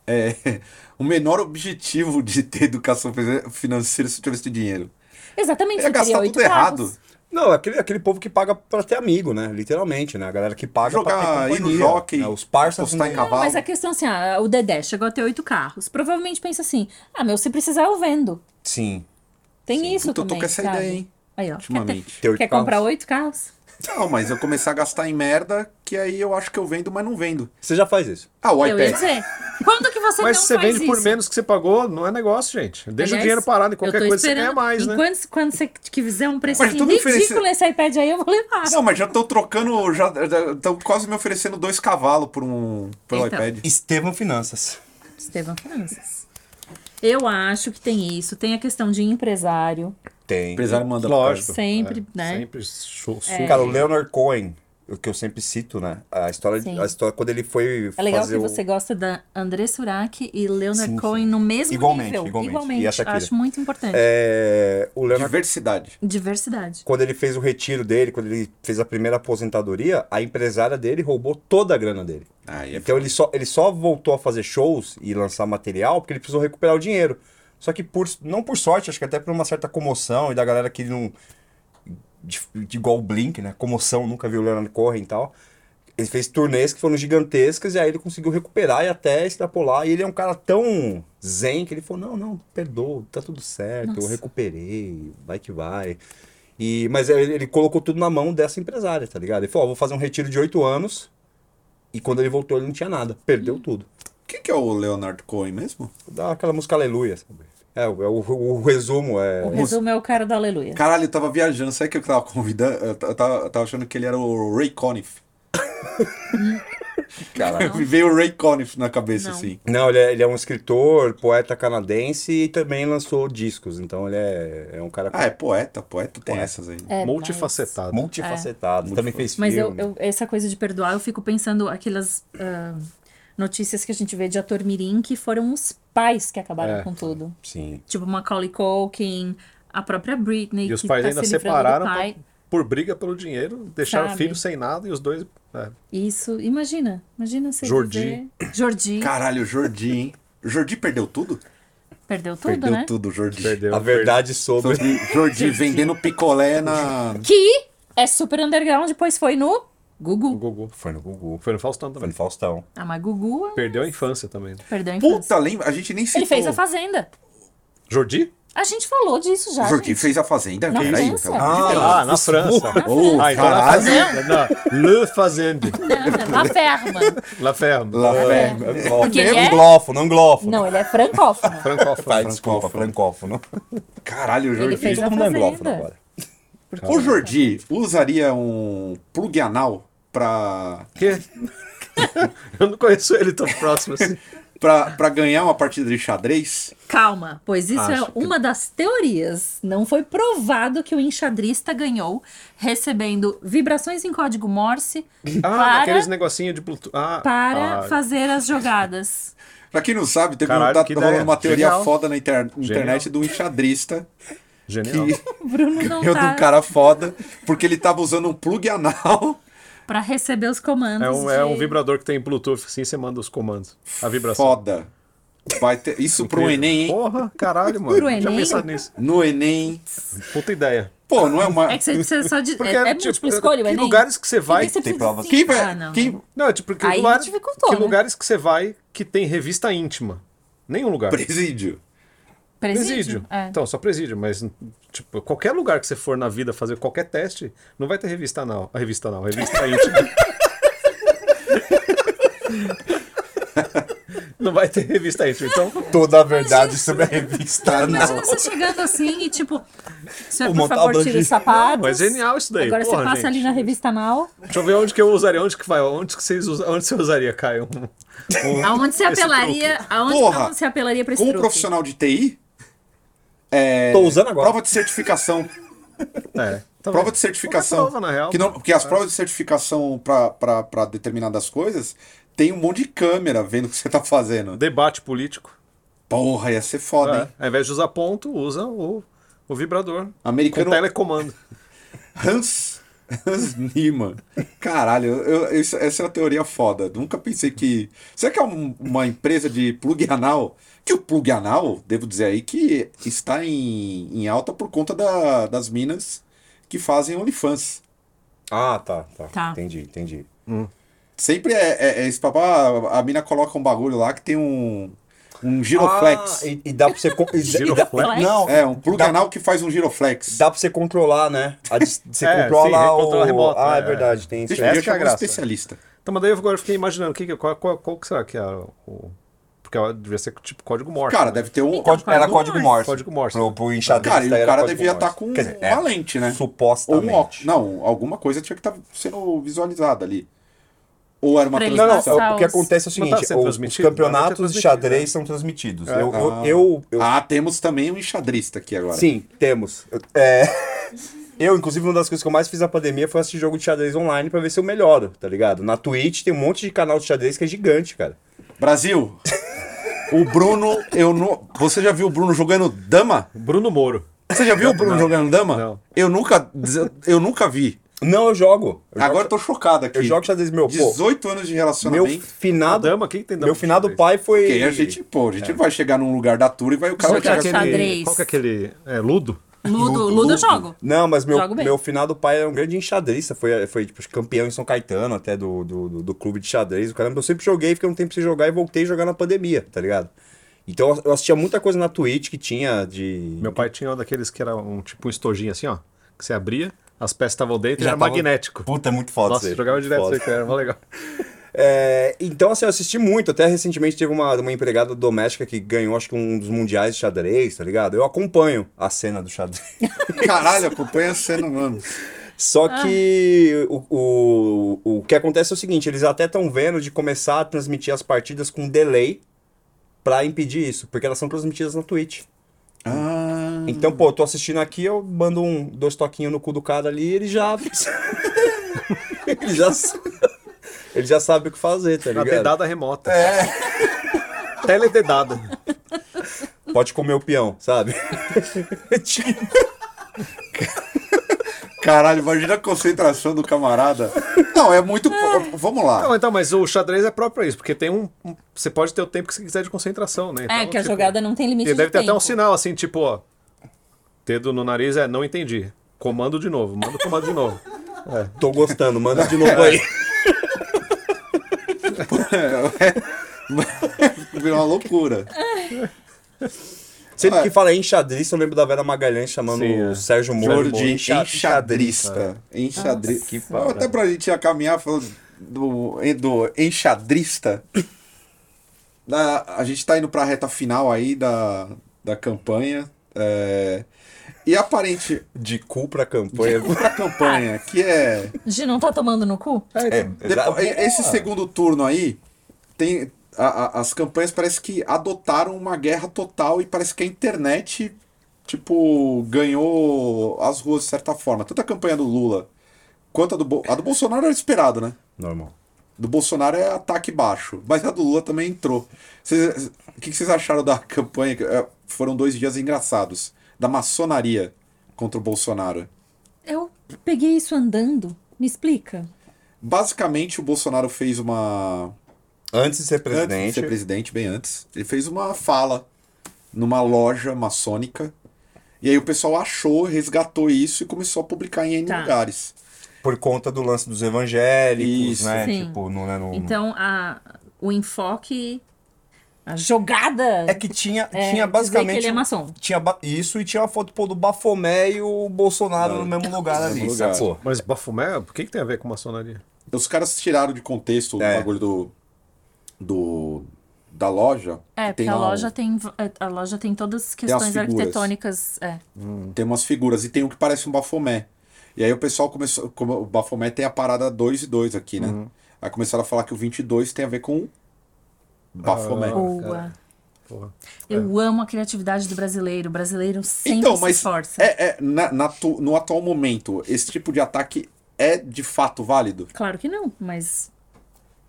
é, o menor objetivo de ter educação fi- financeira se eu tivesse dinheiro.
Exatamente,
Ia
você teria
gastar
oito
tudo errado.
carros.
Não, é aquele, aquele povo que paga pra ter amigo, né? Literalmente, né? A galera que paga pra
Jogar,
ter
ir no
companhia.
jockey,
né? Os parças
apostar em
não-
cavalo.
Não, mas a questão assim, ah, o Dedé chegou a ter oito carros. Provavelmente pensa assim, ah, meu, se precisar eu vendo.
Sim.
Tem isso
Puta, eu tô
também,
com essa
sabe?
ideia, hein?
Aí, ó. Quer, ter-
Ultimamente.
Ter oito
quer
carros.
comprar oito carros?
Não, mas eu começar a gastar em merda, que aí eu acho que eu vendo, mas não vendo.
Você já faz isso.
Ah, o
Eu ia
iPad.
dizer. Quando que você
Mas
não
se você
um faz
vende
isso?
por menos que você pagou, não é negócio, gente. Deixa o
Aliás,
dinheiro parado em
eu
qualquer
tô
coisa, você ganha
esperando-
mais, né?
enquanto, Quando você quiser um preço
Mas tu me
ridículo
ofereceu-
esse iPad aí, eu vou levar.
Não, mas já estão trocando, já estão quase me oferecendo dois cavalos por um pelo
Então.
iPad.
Estevam Finanças.
Estevam Francis. Eu acho que tem isso. Tem a questão de empresário.
Tem. É.
empresário manda
Lógico. É,
Sempre, né?
Sempre show.
Cara, o Leonard Cohen, o que eu sempre cito, né? A história,
Sim.
a história quando ele foi
É legal
fazer
que
o-
você gosta da André Surak e Leonard
Sim, sim.
Cohen no mesmo
Igualmente,
nível.
igualmente. E a Shakira.
acho muito importante.
É, o Leonard
Diversidade.
Diversidade.
quando ele fez o retiro dele, quando ele fez a primeira aposentadoria, a empresária dele roubou toda a grana dele.
Aí é
Então ele só, ele só voltou a fazer shows e lançar material porque ele precisou recuperar o dinheiro. Só que por, não por sorte, acho que até por uma certa comoção e da galera que não. De, de igual o Blink, né? Comoção, nunca viu o Leonard Cohen e tal. Ele fez turnês que foram gigantescas e aí ele conseguiu recuperar e até extrapolar. E ele é um cara tão zen que ele falou: não, não, perdoa, tá tudo certo, eu
Nossa.
recuperei, vai que vai. E, mas ele, ele colocou tudo na mão dessa empresária, tá ligado? Ele falou: ó, vou fazer um retiro de oito anos. E quando ele voltou, ele não tinha nada, perdeu
Hum.
tudo.
Quem que é o Leonard Cohen mesmo?
Dá aquela música Aleluia, sabe? É, o, é o- o resumo é.
O resumo é o cara do Aleluia.
Caralho, eu tava viajando. Sabe que eu tava convidando? Eu ta- eu tava, eu tava achando que ele era o Ray Conniff. Caralho, me veio o Ray Conniff na cabeça,
Não.
assim.
Não, ele é, ele é um escritor, poeta canadense e também lançou discos. Então ele é, é um cara
Ah, é poeta, poeta tem essas aí.
É,
Multifacetado.
multifacetado. Também fez
Mas eu,
filme.
eu- essa coisa de perdoar, eu fico pensando aquelas ah, notícias que a gente vê de ator mirim que foram os pais que acabaram
É.
com tudo.
Sim.
Tipo Macaulay Culkin, a própria Britney,
E os
que
pais
tá
ainda
se livrando
separaram
do pai.
pra- por briga pelo dinheiro, deixaram o
Sabe?
filho sem nada e os dois. é.
Isso, imagina. Imagina você
Jordi.
viver- Jordi.
Caralho, o Jordi, hein? O Jordi perdeu tudo?
Perdeu tudo,
perdeu
né?
tudo, o Jordi.
Perdeu.
A verdade sobre.
Sobre Jordi vendendo picolé na.
Que é super underground, pois foi no Gugu.
O Gugu.
Foi no Gugu.
Foi no Faustão também.
Foi no Faustão.
Ah, mas Gugu
Perdeu a infância também.
perdeu a infância.
Puta, lembra? A gente nem citou.
Ele fez a Fazenda.
Jordi?
A gente falou disso já.
O Jordi
gente.
fez a Fazenda?
Na
Peraí,
França.
pelo amor de Deus.
Ah, na França.
Oh,
ah, então La
caralho.
Fazenda. Não, Le Fazende.
Na Ferma.
La Ferme.
Lá,
É. Ah,
velho.
Porque ele é-
Anglófono, anglófono.
Não, ele é francófono.
Francófono.
Tá, desculpa, francófono.
Caralho, o Jordi.
é. Ele fez a
Todo mundo é anglófono
Fazenda.
agora.
O Jordi usaria um plug anal pra,
Quê? Eu não conheço ele tão próximo assim.
pra, pra ganhar uma partida de xadrez?
Calma, pois isso
Acho
é
que-
uma das teorias. Não foi provado que o enxadrista ganhou recebendo vibrações em código Morse
Ah,
para,
aqueles negocinhos de Bluetooth. Ah,
para
ah,
fazer as jogadas.
Pra quem não sabe, teve
Caralho,
um, tá
que
rolando
ideia.
uma teoria
Genial.
foda na inter- internet
Genial.
do enxadrista
Genial.
que
O Bruno
ganhou
não
de um
tá
cara foda porque ele tava usando um plug anal.
para receber os comandos.
É um, é um
de-
vibrador que tem Bluetooth, assim, você manda os comandos. A vibração.
Foda. Vai ter... Isso pro Enem, hein?
Porra, caralho, mano.
Pro
Já
Enem?
pensado nisso.
No Enem.
Puta ideia.
Pô, não é uma.
É que você precisa só de.
Porque,
é é
tipo,
múltipla escolha, o
que
Enem.
lugares que você vai
Porque você
tem
precisa
provas.
de
Quem
cinco-
vai.
Ah, não.
quem...
Não, é tipo, que,
Aí
lugar,
dificultou,
que
né?
lugares que você vai que tem revista íntima? Nenhum lugar.
Presídio.
Presídio. É.
Então, só presídio, mas tipo, qualquer lugar que você for na vida fazer qualquer teste, não vai ter revista anal. A revista anal, revista íntima. não vai ter revista íntima. Então,
Toda a verdade sobre a revista.
Imagina
Não.
você chegando assim e tipo, senhor,
O
por favor,
montador
tira
de-
os sapatos.
mas é genial isso daí.
Agora
Porra,
você passa
gente.
ali na revista anal.
Deixa eu ver onde que eu usaria, onde que vai, onde que vocês usam, onde você usaria, Caio? Um- um-
Aonde você
esse
apelaria. Aonde
Porra!
aonde você apelaria pra esse
Como
truque?
profissional de TI, é,
Tô usando agora.
prova de certificação.
truque? É, Também.
Prova de certificação.
Qualquer prova, na real.
que não- porque as provas de certificação para determinadas coisas tem um monte de câmera vendo o que você tá fazendo.
Debate político.
Porra, ia ser foda, hein?
É. Ao invés de usar ponto, usa o, o vibrador. Com
Americano
telecomando.
Hans, Hans Niemann. Caralho, eu- eu- isso- essa é uma teoria foda. Nunca pensei que. Será que é um- uma empresa de plug anal? Que o plug anal, devo dizer aí, que está em, em alta por conta da- das minas que fazem OnlyFans.
Ah, tá, tá.
Tá.
Entendi, entendi.
Sempre é, é- é esse papo, ah, a mina coloca um bagulho lá que tem um, um giroflex.
Ah, e, e dá pra você. con- e- e
Giroflex?
dá-
então
Não,
É, um plug anal que faz um giroflex.
dá pra você controlar, né? A dis- Você
É,
controla
sim,
o.
controla remoto,
ah, é,
é.
verdade, tem isso.
Deixa
É,
eu
essa que é a
chamar um
graça.
especialista.
Então, mas daí eu agora fiquei imaginando que, que- qual, qual, qual que será que era o. Porque ela devia ser tipo código morse.
Cara,
né?
deve ter um.
código- era
Código
código
Morse.
Morse.
Código Morse.
Pro, pro enxadrista
Cara, e o
era
cara
código
devia
Morse.
estar com
Quer dizer,
uma
é,
lente, né? Ou um
Supostamente.
óculos. Não, alguma coisa tinha que estar sendo visualizada ali. Ou era uma
Pra ele
Não, não,
transmissão.
passar.
o que acontece é o
Não tá
seguinte,
sendo
os- os,
transmitido? Não, não
campeonatos
tá
de
transmitido,
xadrez são transmitidos. Eu,
Ah.
eu, eu, eu-
Ah, temos também um enxadrista aqui agora.
sim, temos. Eu- é, eu, inclusive, uma das coisas que eu mais fiz na pandemia foi assistir jogo de xadrez online pra ver se eu melhoro, tá ligado? Na Twitch tem um monte de canal de xadrez que é gigante, cara.
Brasil! O Bruno, eu não. Você já viu o Bruno jogando dama?
Bruno Moro.
Você já viu o Bruno jogando dama?
Não.
Eu nunca. Eu nunca vi.
Não, eu jogo. Eu
Agora eu
jogo,
tô chocado aqui.
eu jogo xadrez meu, pô.
18 anos de
Tá
Meu
relacionamento.
finado,
Dama, quem tem dama?
meu
de
finado
xadrez? é
pai foi
Que a gente, pô, a
É.
gente vai chegar num lugar da tour e vai o cara
Qual que é
Jogar
chegar. assim,
aquele-
xadrez.
Qual que é aquele. É, Ludo?
Ludo, Ludo eu jogo.
Não, mas meu,
Jogo bem.
meu finado pai era um grande enxadrista, foi, foi tipo, campeão em São Caetano, até do, do, do, do clube de xadrez. O caramba, eu sempre joguei, fiquei um tempo sem jogar e voltei a jogar na pandemia, tá ligado? Então eu assistia muita coisa na Twitch que tinha de.
Meu pai tinha um daqueles que era um tipo um estojinho assim, ó. Que você abria, as peças estavam dentro e
Já
era
tava-
magnético.
Puta, é muito foda
Nossa,
isso aí,
jogava
muito
direto isso
foda.
aí, cara. Era mó legal.
É, então, assim, eu assisti muito. Até recentemente teve uma, uma empregada doméstica que ganhou, acho que um dos mundiais de xadrez, tá ligado? Eu acompanho a cena do xadrez.
Caralho, acompanha a é cena, mano.
Só que o, o, o que acontece é o seguinte, eles até estão vendo de começar a transmitir as partidas com delay pra impedir isso, porque elas são transmitidas na Twitch.
Ah.
Então, pô, eu tô assistindo aqui, eu mando um, dois toquinhos no cu do cara ali e ele já... ele já... ele já sabe o que fazer, tá
Na
ligado?
dedada remota. É. Telededada.
Pode comer o peão, sabe?
Caralho, imagina a concentração do camarada. Não, é muito. Vamos
Não,
lá.
então, mas o xadrez é próprio pra isso, porque tem um, um- Você pode ter o tempo que você quiser de concentração, né?
É,
Então,
que a
tipo,
jogada não tem
E
limite de
deve ter até
tempo.
um sinal assim, tipo, ó. Dedo no nariz é, não entendi. Comando de novo, manda o comando de novo.
tô gostando, manda de novo aí.
Virou É uma loucura.
Sempre que fala enxadrista, eu lembro da Vera Magalhães chamando
Sim, é.
o Sérgio
Ouro
Moro
de
de enxa-
enxadrista. Enxadrista.
Nossa, que
Não,
parada.
Até pra gente ia caminhar falando do, do enxadrista. Na- a gente tá indo pra reta final aí da, da campanha. é, e aparente
De cu pra campanha.
pra campanha, que é.
De não tá tomando no cu?
É,
Depo-
exa-
e- esse segundo turno aí, tem a- a- as campanhas parece que adotaram uma guerra total e parece que a internet, tipo, ganhou as ruas de certa forma. Tanto a campanha do Lula quanto a do, Bo- a do Bolsonaro era esperado, né?
Normal.
Do Bolsonaro é ataque baixo, mas a do Lula também entrou. Vocês- o que que vocês acharam da campanha? que, eh, Foram dois dias engraçados. Da maçonaria contra o Bolsonaro.
Eu peguei isso andando. Me explica.
Basicamente, o Bolsonaro fez uma,
Antes de ser presidente.
Antes de ser presidente, bem antes, ele fez uma fala numa loja maçônica. E aí o pessoal achou, resgatou isso e começou a publicar em N
Tá.
lugares.
Por conta do lance dos evangélicos,
Isso.
né?
Sim.
Tipo, não é no.
Então, a, o enfoque, a jogada...
É que tinha,
é
tinha
dizer
basicamente. um-
que ele é maçom.
Tinha ba- isso e tinha a foto pô, do Bafomé e o Bolsonaro no mesmo lugar ali.
mesmo lugar.
sacou?
Mas Bafomé, o que, que tem a ver com maçonaria?
Os caras tiraram de contexto o
É.
bagulho do, do- da loja.
É,
que
porque a
lá um-
loja, tem, é, a loja tem todas as
as
questões
figuras.
arquitetônicas. É.
Tem umas figuras e tem um que parece um bafomé. E aí o pessoal começou. Como o bafomé tem a parada 2 e 2 aqui,
Uhum.
né? Aí começaram a falar que o 22 tem a ver com bafomé.
Ah.
Boa.
Porra.
Eu amo a criatividade do brasileiro. O brasileiro sempre
Então,
se
mas
esforça.
é, é, na, na tu- no atual momento, esse tipo de ataque é de fato válido?
Claro que não, mas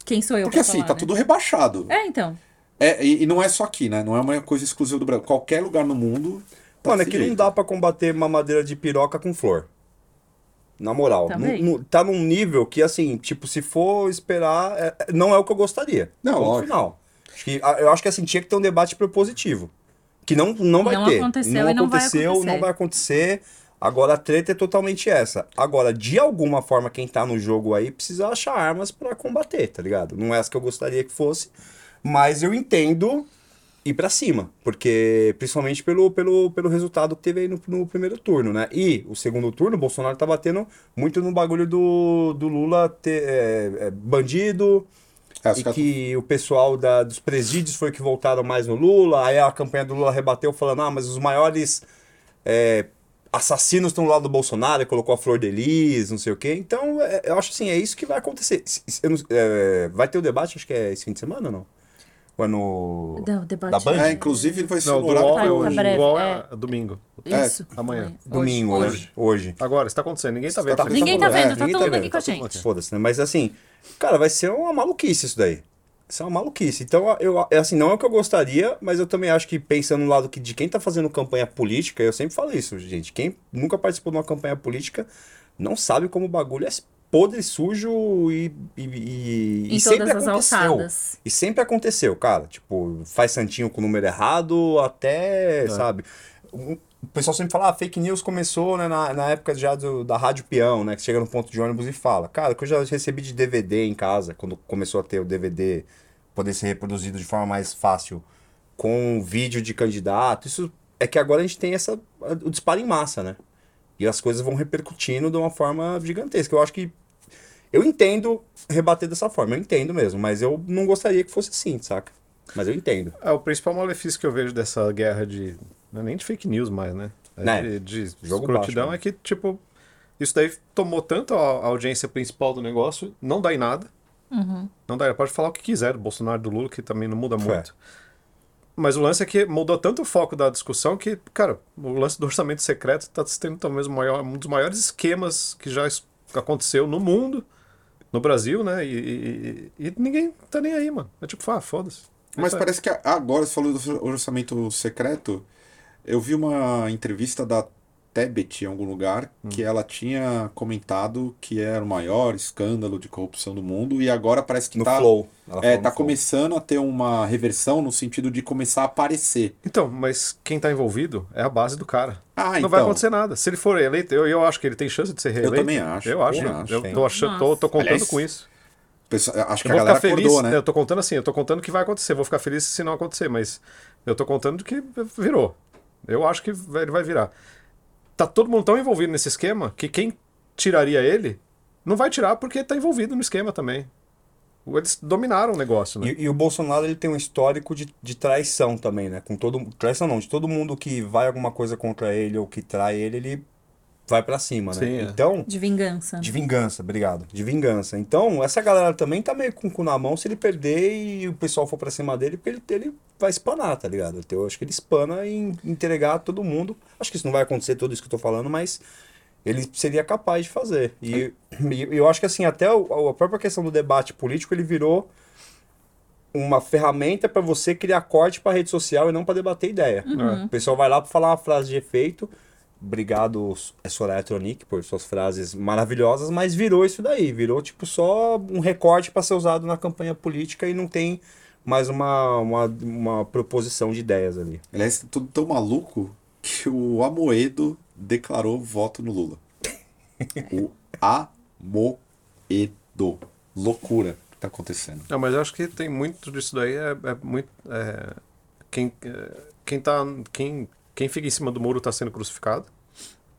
quem sou eu
é- Porque
pra
assim,
falar,
tá
né?
tudo rebaixado.
É, então.
É, e, e não é só aqui, né? Não é uma coisa exclusiva do Brasil. Qualquer lugar no mundo. tá
Mano, é
desse
que não
jeito.
dá pra combater mamadeira de piroca com flor. Na moral.
Também.
Num- num- tá num nível que, assim, tipo, se for esperar, é- é- não é o que eu gostaria.
Não,
Ponto
lógico.
final. Acho que, a- eu acho que, assim, tinha que ter um debate propositivo. Que não, não vai
Não
ter.
aconteceu e não vai
aconteceu,
acontecer.
não vai acontecer. Agora, a treta é totalmente essa. Agora, de alguma forma, quem tá no jogo aí precisa achar armas pra combater, tá ligado? Não é essa que eu gostaria que fosse. Mas eu entendo ir pra cima, porque principalmente pelo, pelo, pelo resultado que teve aí no, no primeiro turno, né? E o segundo turno, o Bolsonaro tá batendo muito no bagulho do, do Lula ter é, é, bandido,
É, os
e
caras-
que o pessoal da- dos presídios foi que voltaram mais no Lula, aí a campanha do Lula rebateu falando, ah, mas os maiores é, assassinos estão do lado do Bolsonaro, e colocou a Flor de Lis, não sei o quê. Então, é, eu acho assim, é isso que vai acontecer. Se- se- eu não- é, vai ter o debate, acho que é esse fim de semana ou não? Ou é no...
Não, o debate
Da Band?
É, inclusive ele vai ser
Não,
no
do
horário
UOL,
tá-
é
que
tá
hoje.
breve,
do UOL
é.
é domingo.
É,
Isso.
amanhã.
Domingo,
hoje.
hoje. Hoje.
Agora, está acontecendo. Ninguém tá
Você
vendo.
tá-
Ninguém tá
É,
vendo, tá
ninguém
todo
tá
mundo
vendo,
aqui com a
tá todo
gente.
Foda-se, né? Mas assim, cara, vai ser uma maluquice isso daí. Isso é uma maluquice. Então, eu, é assim, não é o que eu gostaria, mas eu também acho que pensando no lado que, de quem tá fazendo campanha política, eu sempre falo isso, gente. Quem nunca participou de uma campanha política não sabe como o bagulho é podre, sujo e, e, e,
Em
e
todas
sempre
as
aconteceu.
alçadas.
E sempre aconteceu, cara. Tipo, faz santinho com o número errado, até, sabe? O o pessoal sempre fala, ah, fake news começou né, na, na época já do- da Rádio Peão, né? Que chega no ponto de ônibus e fala. Cara, o que eu já recebi de DVD em casa, quando começou a ter o DVD poder ser reproduzido de forma mais fácil com vídeo de candidato. Isso é que agora a gente tem essa, o disparo em massa, né? E as coisas vão repercutindo de uma forma gigantesca. Eu acho que eu entendo rebater dessa forma, eu entendo mesmo, mas eu não gostaria que fosse assim, saca? Mas eu entendo.
É, o principal malefício que eu vejo dessa guerra de. Não é nem de fake news mais, né? É
Né?
De, de
Jogo
escrotidão
baixo, né?
é que, tipo, isso daí tomou tanto a, a audiência principal do negócio, não dá em nada. Não dá, pode falar o que quiser do Bolsonaro do Lula, que também não muda
É.
muito. Mas o lance é que mudou tanto o foco da discussão que, cara, o lance do orçamento secreto tá está sendo talvez o maior- um dos maiores esquemas que já es- aconteceu no mundo, no Brasil, né? E, e- e- e ninguém tá nem aí, mano. É tipo, ah, foda-se. É
Mas
isso aí.
parece que a- agora você falou do orçamento secreto. Eu vi uma entrevista da Tebet em algum lugar que ela tinha comentado que era o maior escândalo de corrupção do mundo e agora parece que
No
tá,
flow. Ela
é,
falou
tá
no flow.
começando a ter uma reversão no sentido de começar a aparecer.
Então, mas quem tá envolvido é a base do cara.
Ah,
não
então.
vai acontecer nada. Se ele for eleito, eu, eu acho que ele tem chance de ser reeleito.
também acho,
Eu acho.
eu
eu
acho,
eu
hein.
tô, achando, tô, tô contando
Aliás,
com isso.
Pessoa- Acho que
Eu
a
vou
galera
ficar feliz.
acordou, né?
Eu tô contando assim, eu tô contando que vai acontecer. Eu vou ficar feliz se não acontecer, mas eu tô contando que virou. Eu acho que vai- ele vai virar. Tá todo mundo tão envolvido nesse esquema que quem tiraria ele não vai tirar porque tá envolvido no esquema também. Eles dominaram o negócio, né?
E, e o Bolsonaro ele tem um histórico de, de traição também, né? Com todo traição não, de todo mundo que vai alguma coisa contra ele ou que trai ele, ele vai pra cima, né?
Sim, é.
Então,
De
né?
vingança.
de vingança, obrigado. De vingança. Então, essa galera também tá meio com o cu na mão se ele perder e o pessoal for pra cima dele, porque ele, ele vai espanar, tá ligado? Eu acho que ele espana em entregar todo mundo. Acho que isso não vai acontecer tudo isso que eu tô falando, mas ele seria capaz de fazer. E, e eu acho que assim, até o- a própria questão do debate político, ele virou uma ferramenta pra você criar corte pra rede social e não pra debater ideia.
Uhum.
O pessoal vai lá pra falar uma frase de efeito. Obrigado, é Soraya Tronic, por suas frases maravilhosas, mas virou isso daí, virou tipo só um recorte pra ser usado na campanha política e não tem mais uma, uma, uma proposição de ideias ali.
Aliás, tudo tão maluco que o Amoedo declarou voto no Lula. O Amoedo. Loucura que tá acontecendo.
Não, mas eu acho que tem muito disso daí, é, é muito. é, quem, é, quem, tá, quem, quem fica em cima do muro está sendo é, tá crucificado,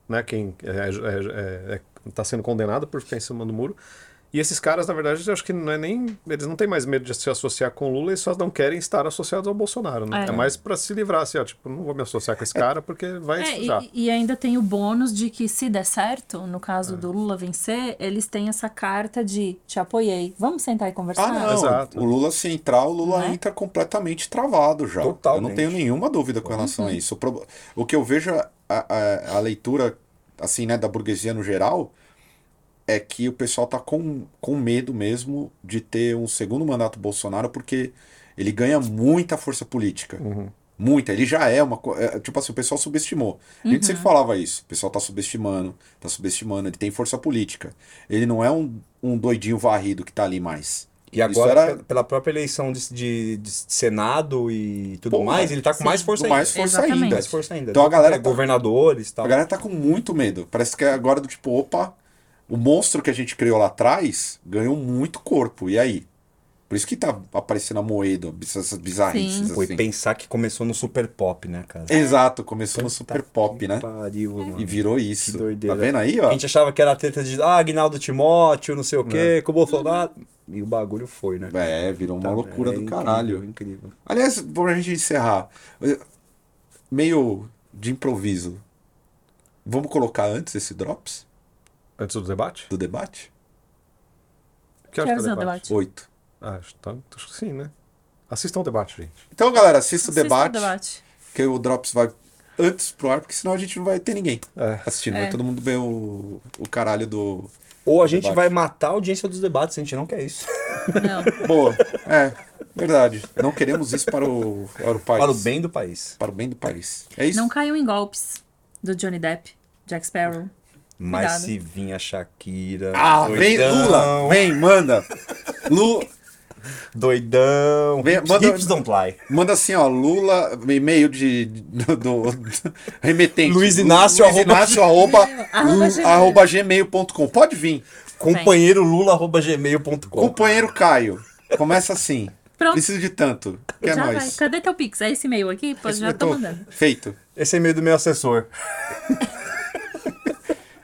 né? Quem está sendo condenado por ficar em cima do muro. E esses caras, na verdade, eu acho que não é nem. Eles não têm mais medo de se associar com o Lula, eles só não querem estar associados ao Bolsonaro. Né?
É.
É. mais pra se livrar, assim, ó, tipo, não vou me associar com esse cara porque vai
É,
já.
e, e ainda tem o bônus de que, se der certo, no
É.
caso do Lula vencer, eles têm essa carta de te apoiei. Vamos sentar e conversar?
Ah, não.
Exato.
O Lula, se entrar, o Lula
Né?
entra completamente travado já. Eu não
Totalmente.
tenho nenhuma dúvida com relação
Uhum.
a isso. O, prob- o que eu vejo, a, a, a leitura, assim, né, da burguesia no geral, é que o pessoal tá com, com medo mesmo de ter um segundo mandato Bolsonaro, porque ele ganha muita força política. Muita, ele já é uma. co- é, Tipo assim, o pessoal subestimou. A gente
Uhum.
sempre falava isso. O pessoal tá subestimando, tá subestimando. Ele tem força política. Ele não é um, um doidinho varrido que tá ali mais.
E
Isso
agora,
era-
pe- pela própria eleição de, de- de Senado e tudo
Porra,
mais, ele tá com mais força ainda.
mais força
Exatamente.
ainda.
Mais força ainda.
Então a galera
É,
tá-
Governadores e tal.
A galera tá com muito medo. Parece que agora do tipo, opa, o monstro que a gente criou lá atrás ganhou muito corpo. E aí? Por isso que tá aparecendo a moeda, essas bizarrices
Foi
assim.
pensar que começou no super pop, né, cara?
É, Exato, começou no super
Puta
pop,
Tá que
né?
Pariu, mano.
E virou isso.
doideira.
Tá vendo aí,
É. A
ó?
gente achava que era a treta de ah, Agnaldo Timóteo, não sei o quê, com o Bolsonaro. E o bagulho foi, né?
É, virou uma
Tá,
loucura
é
do
incrível,
caralho.
Incrível.
Aliás, pra gente encerrar, eh, meio de improviso. Vamos colocar antes esse drops
Antes do debate?
do debate?
Que é
Quero ver o debate.
Oito.
Ah, acho, tá, acho que sim, né? Assistam o debate, gente.
Então, galera, assista o
Assista
debate.
debate.
Porque o Drops vai antes pro ar, porque senão a gente não vai ter ninguém
É.
assistindo.
É.
Vai todo mundo ver o, o caralho do.
Ou a gente
Debate.
vai matar a audiência dos debates, a gente não quer isso.
Não.
Boa. É, verdade. Não queremos isso para o, para o país.
Para o bem do país.
Para o bem do país. É isso.
Não caiam em golpes do Johnny Depp, Jack Sparrow.
Mas
Cuidado.
se vir a Shakira.
Ah, vem,
doidão,
Lula! Vem, manda! Lu,
Doidão.
Vem,
hips,
manda-
hips don't lie.
manda assim, ó, Lula, e-mail de, do, do- do- remetente.
Luiz Inácio,
Luiz
arroba-
Inácio, arroba,
Arroba
lu-
gmail.
arroba gmail.com. Pode vir.
Companheiro lula.gmail.com.
Companheiro Caio. Começa assim.
Pronto.
Preciso de tanto. Que é
já
nóis.
vai. Cadê teu Pix? É esse e-mail aqui? Pô, já tô
Então,
mandando.
Feito.
Esse é e-mail do meu assessor.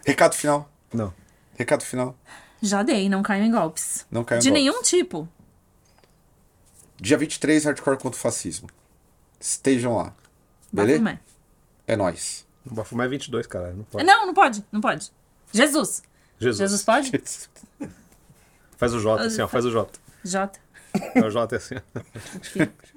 Recado final.
Não.
Recado final.
Já dei, não caiam em golpes.
Não caiam em
De
golpes.
nenhum tipo.
Dia 23, Hardcore contra o Fascismo. Estejam lá. Beleza?
Bafomé.
É nóis.
O Bafumé é 22, caralho. Não pode.
Não, não pode, não pode. Jesus.
Jesus.
Jesus pode?
Faz o J, assim, ó. Faz o J.
Jota.
É o J, assim. ó.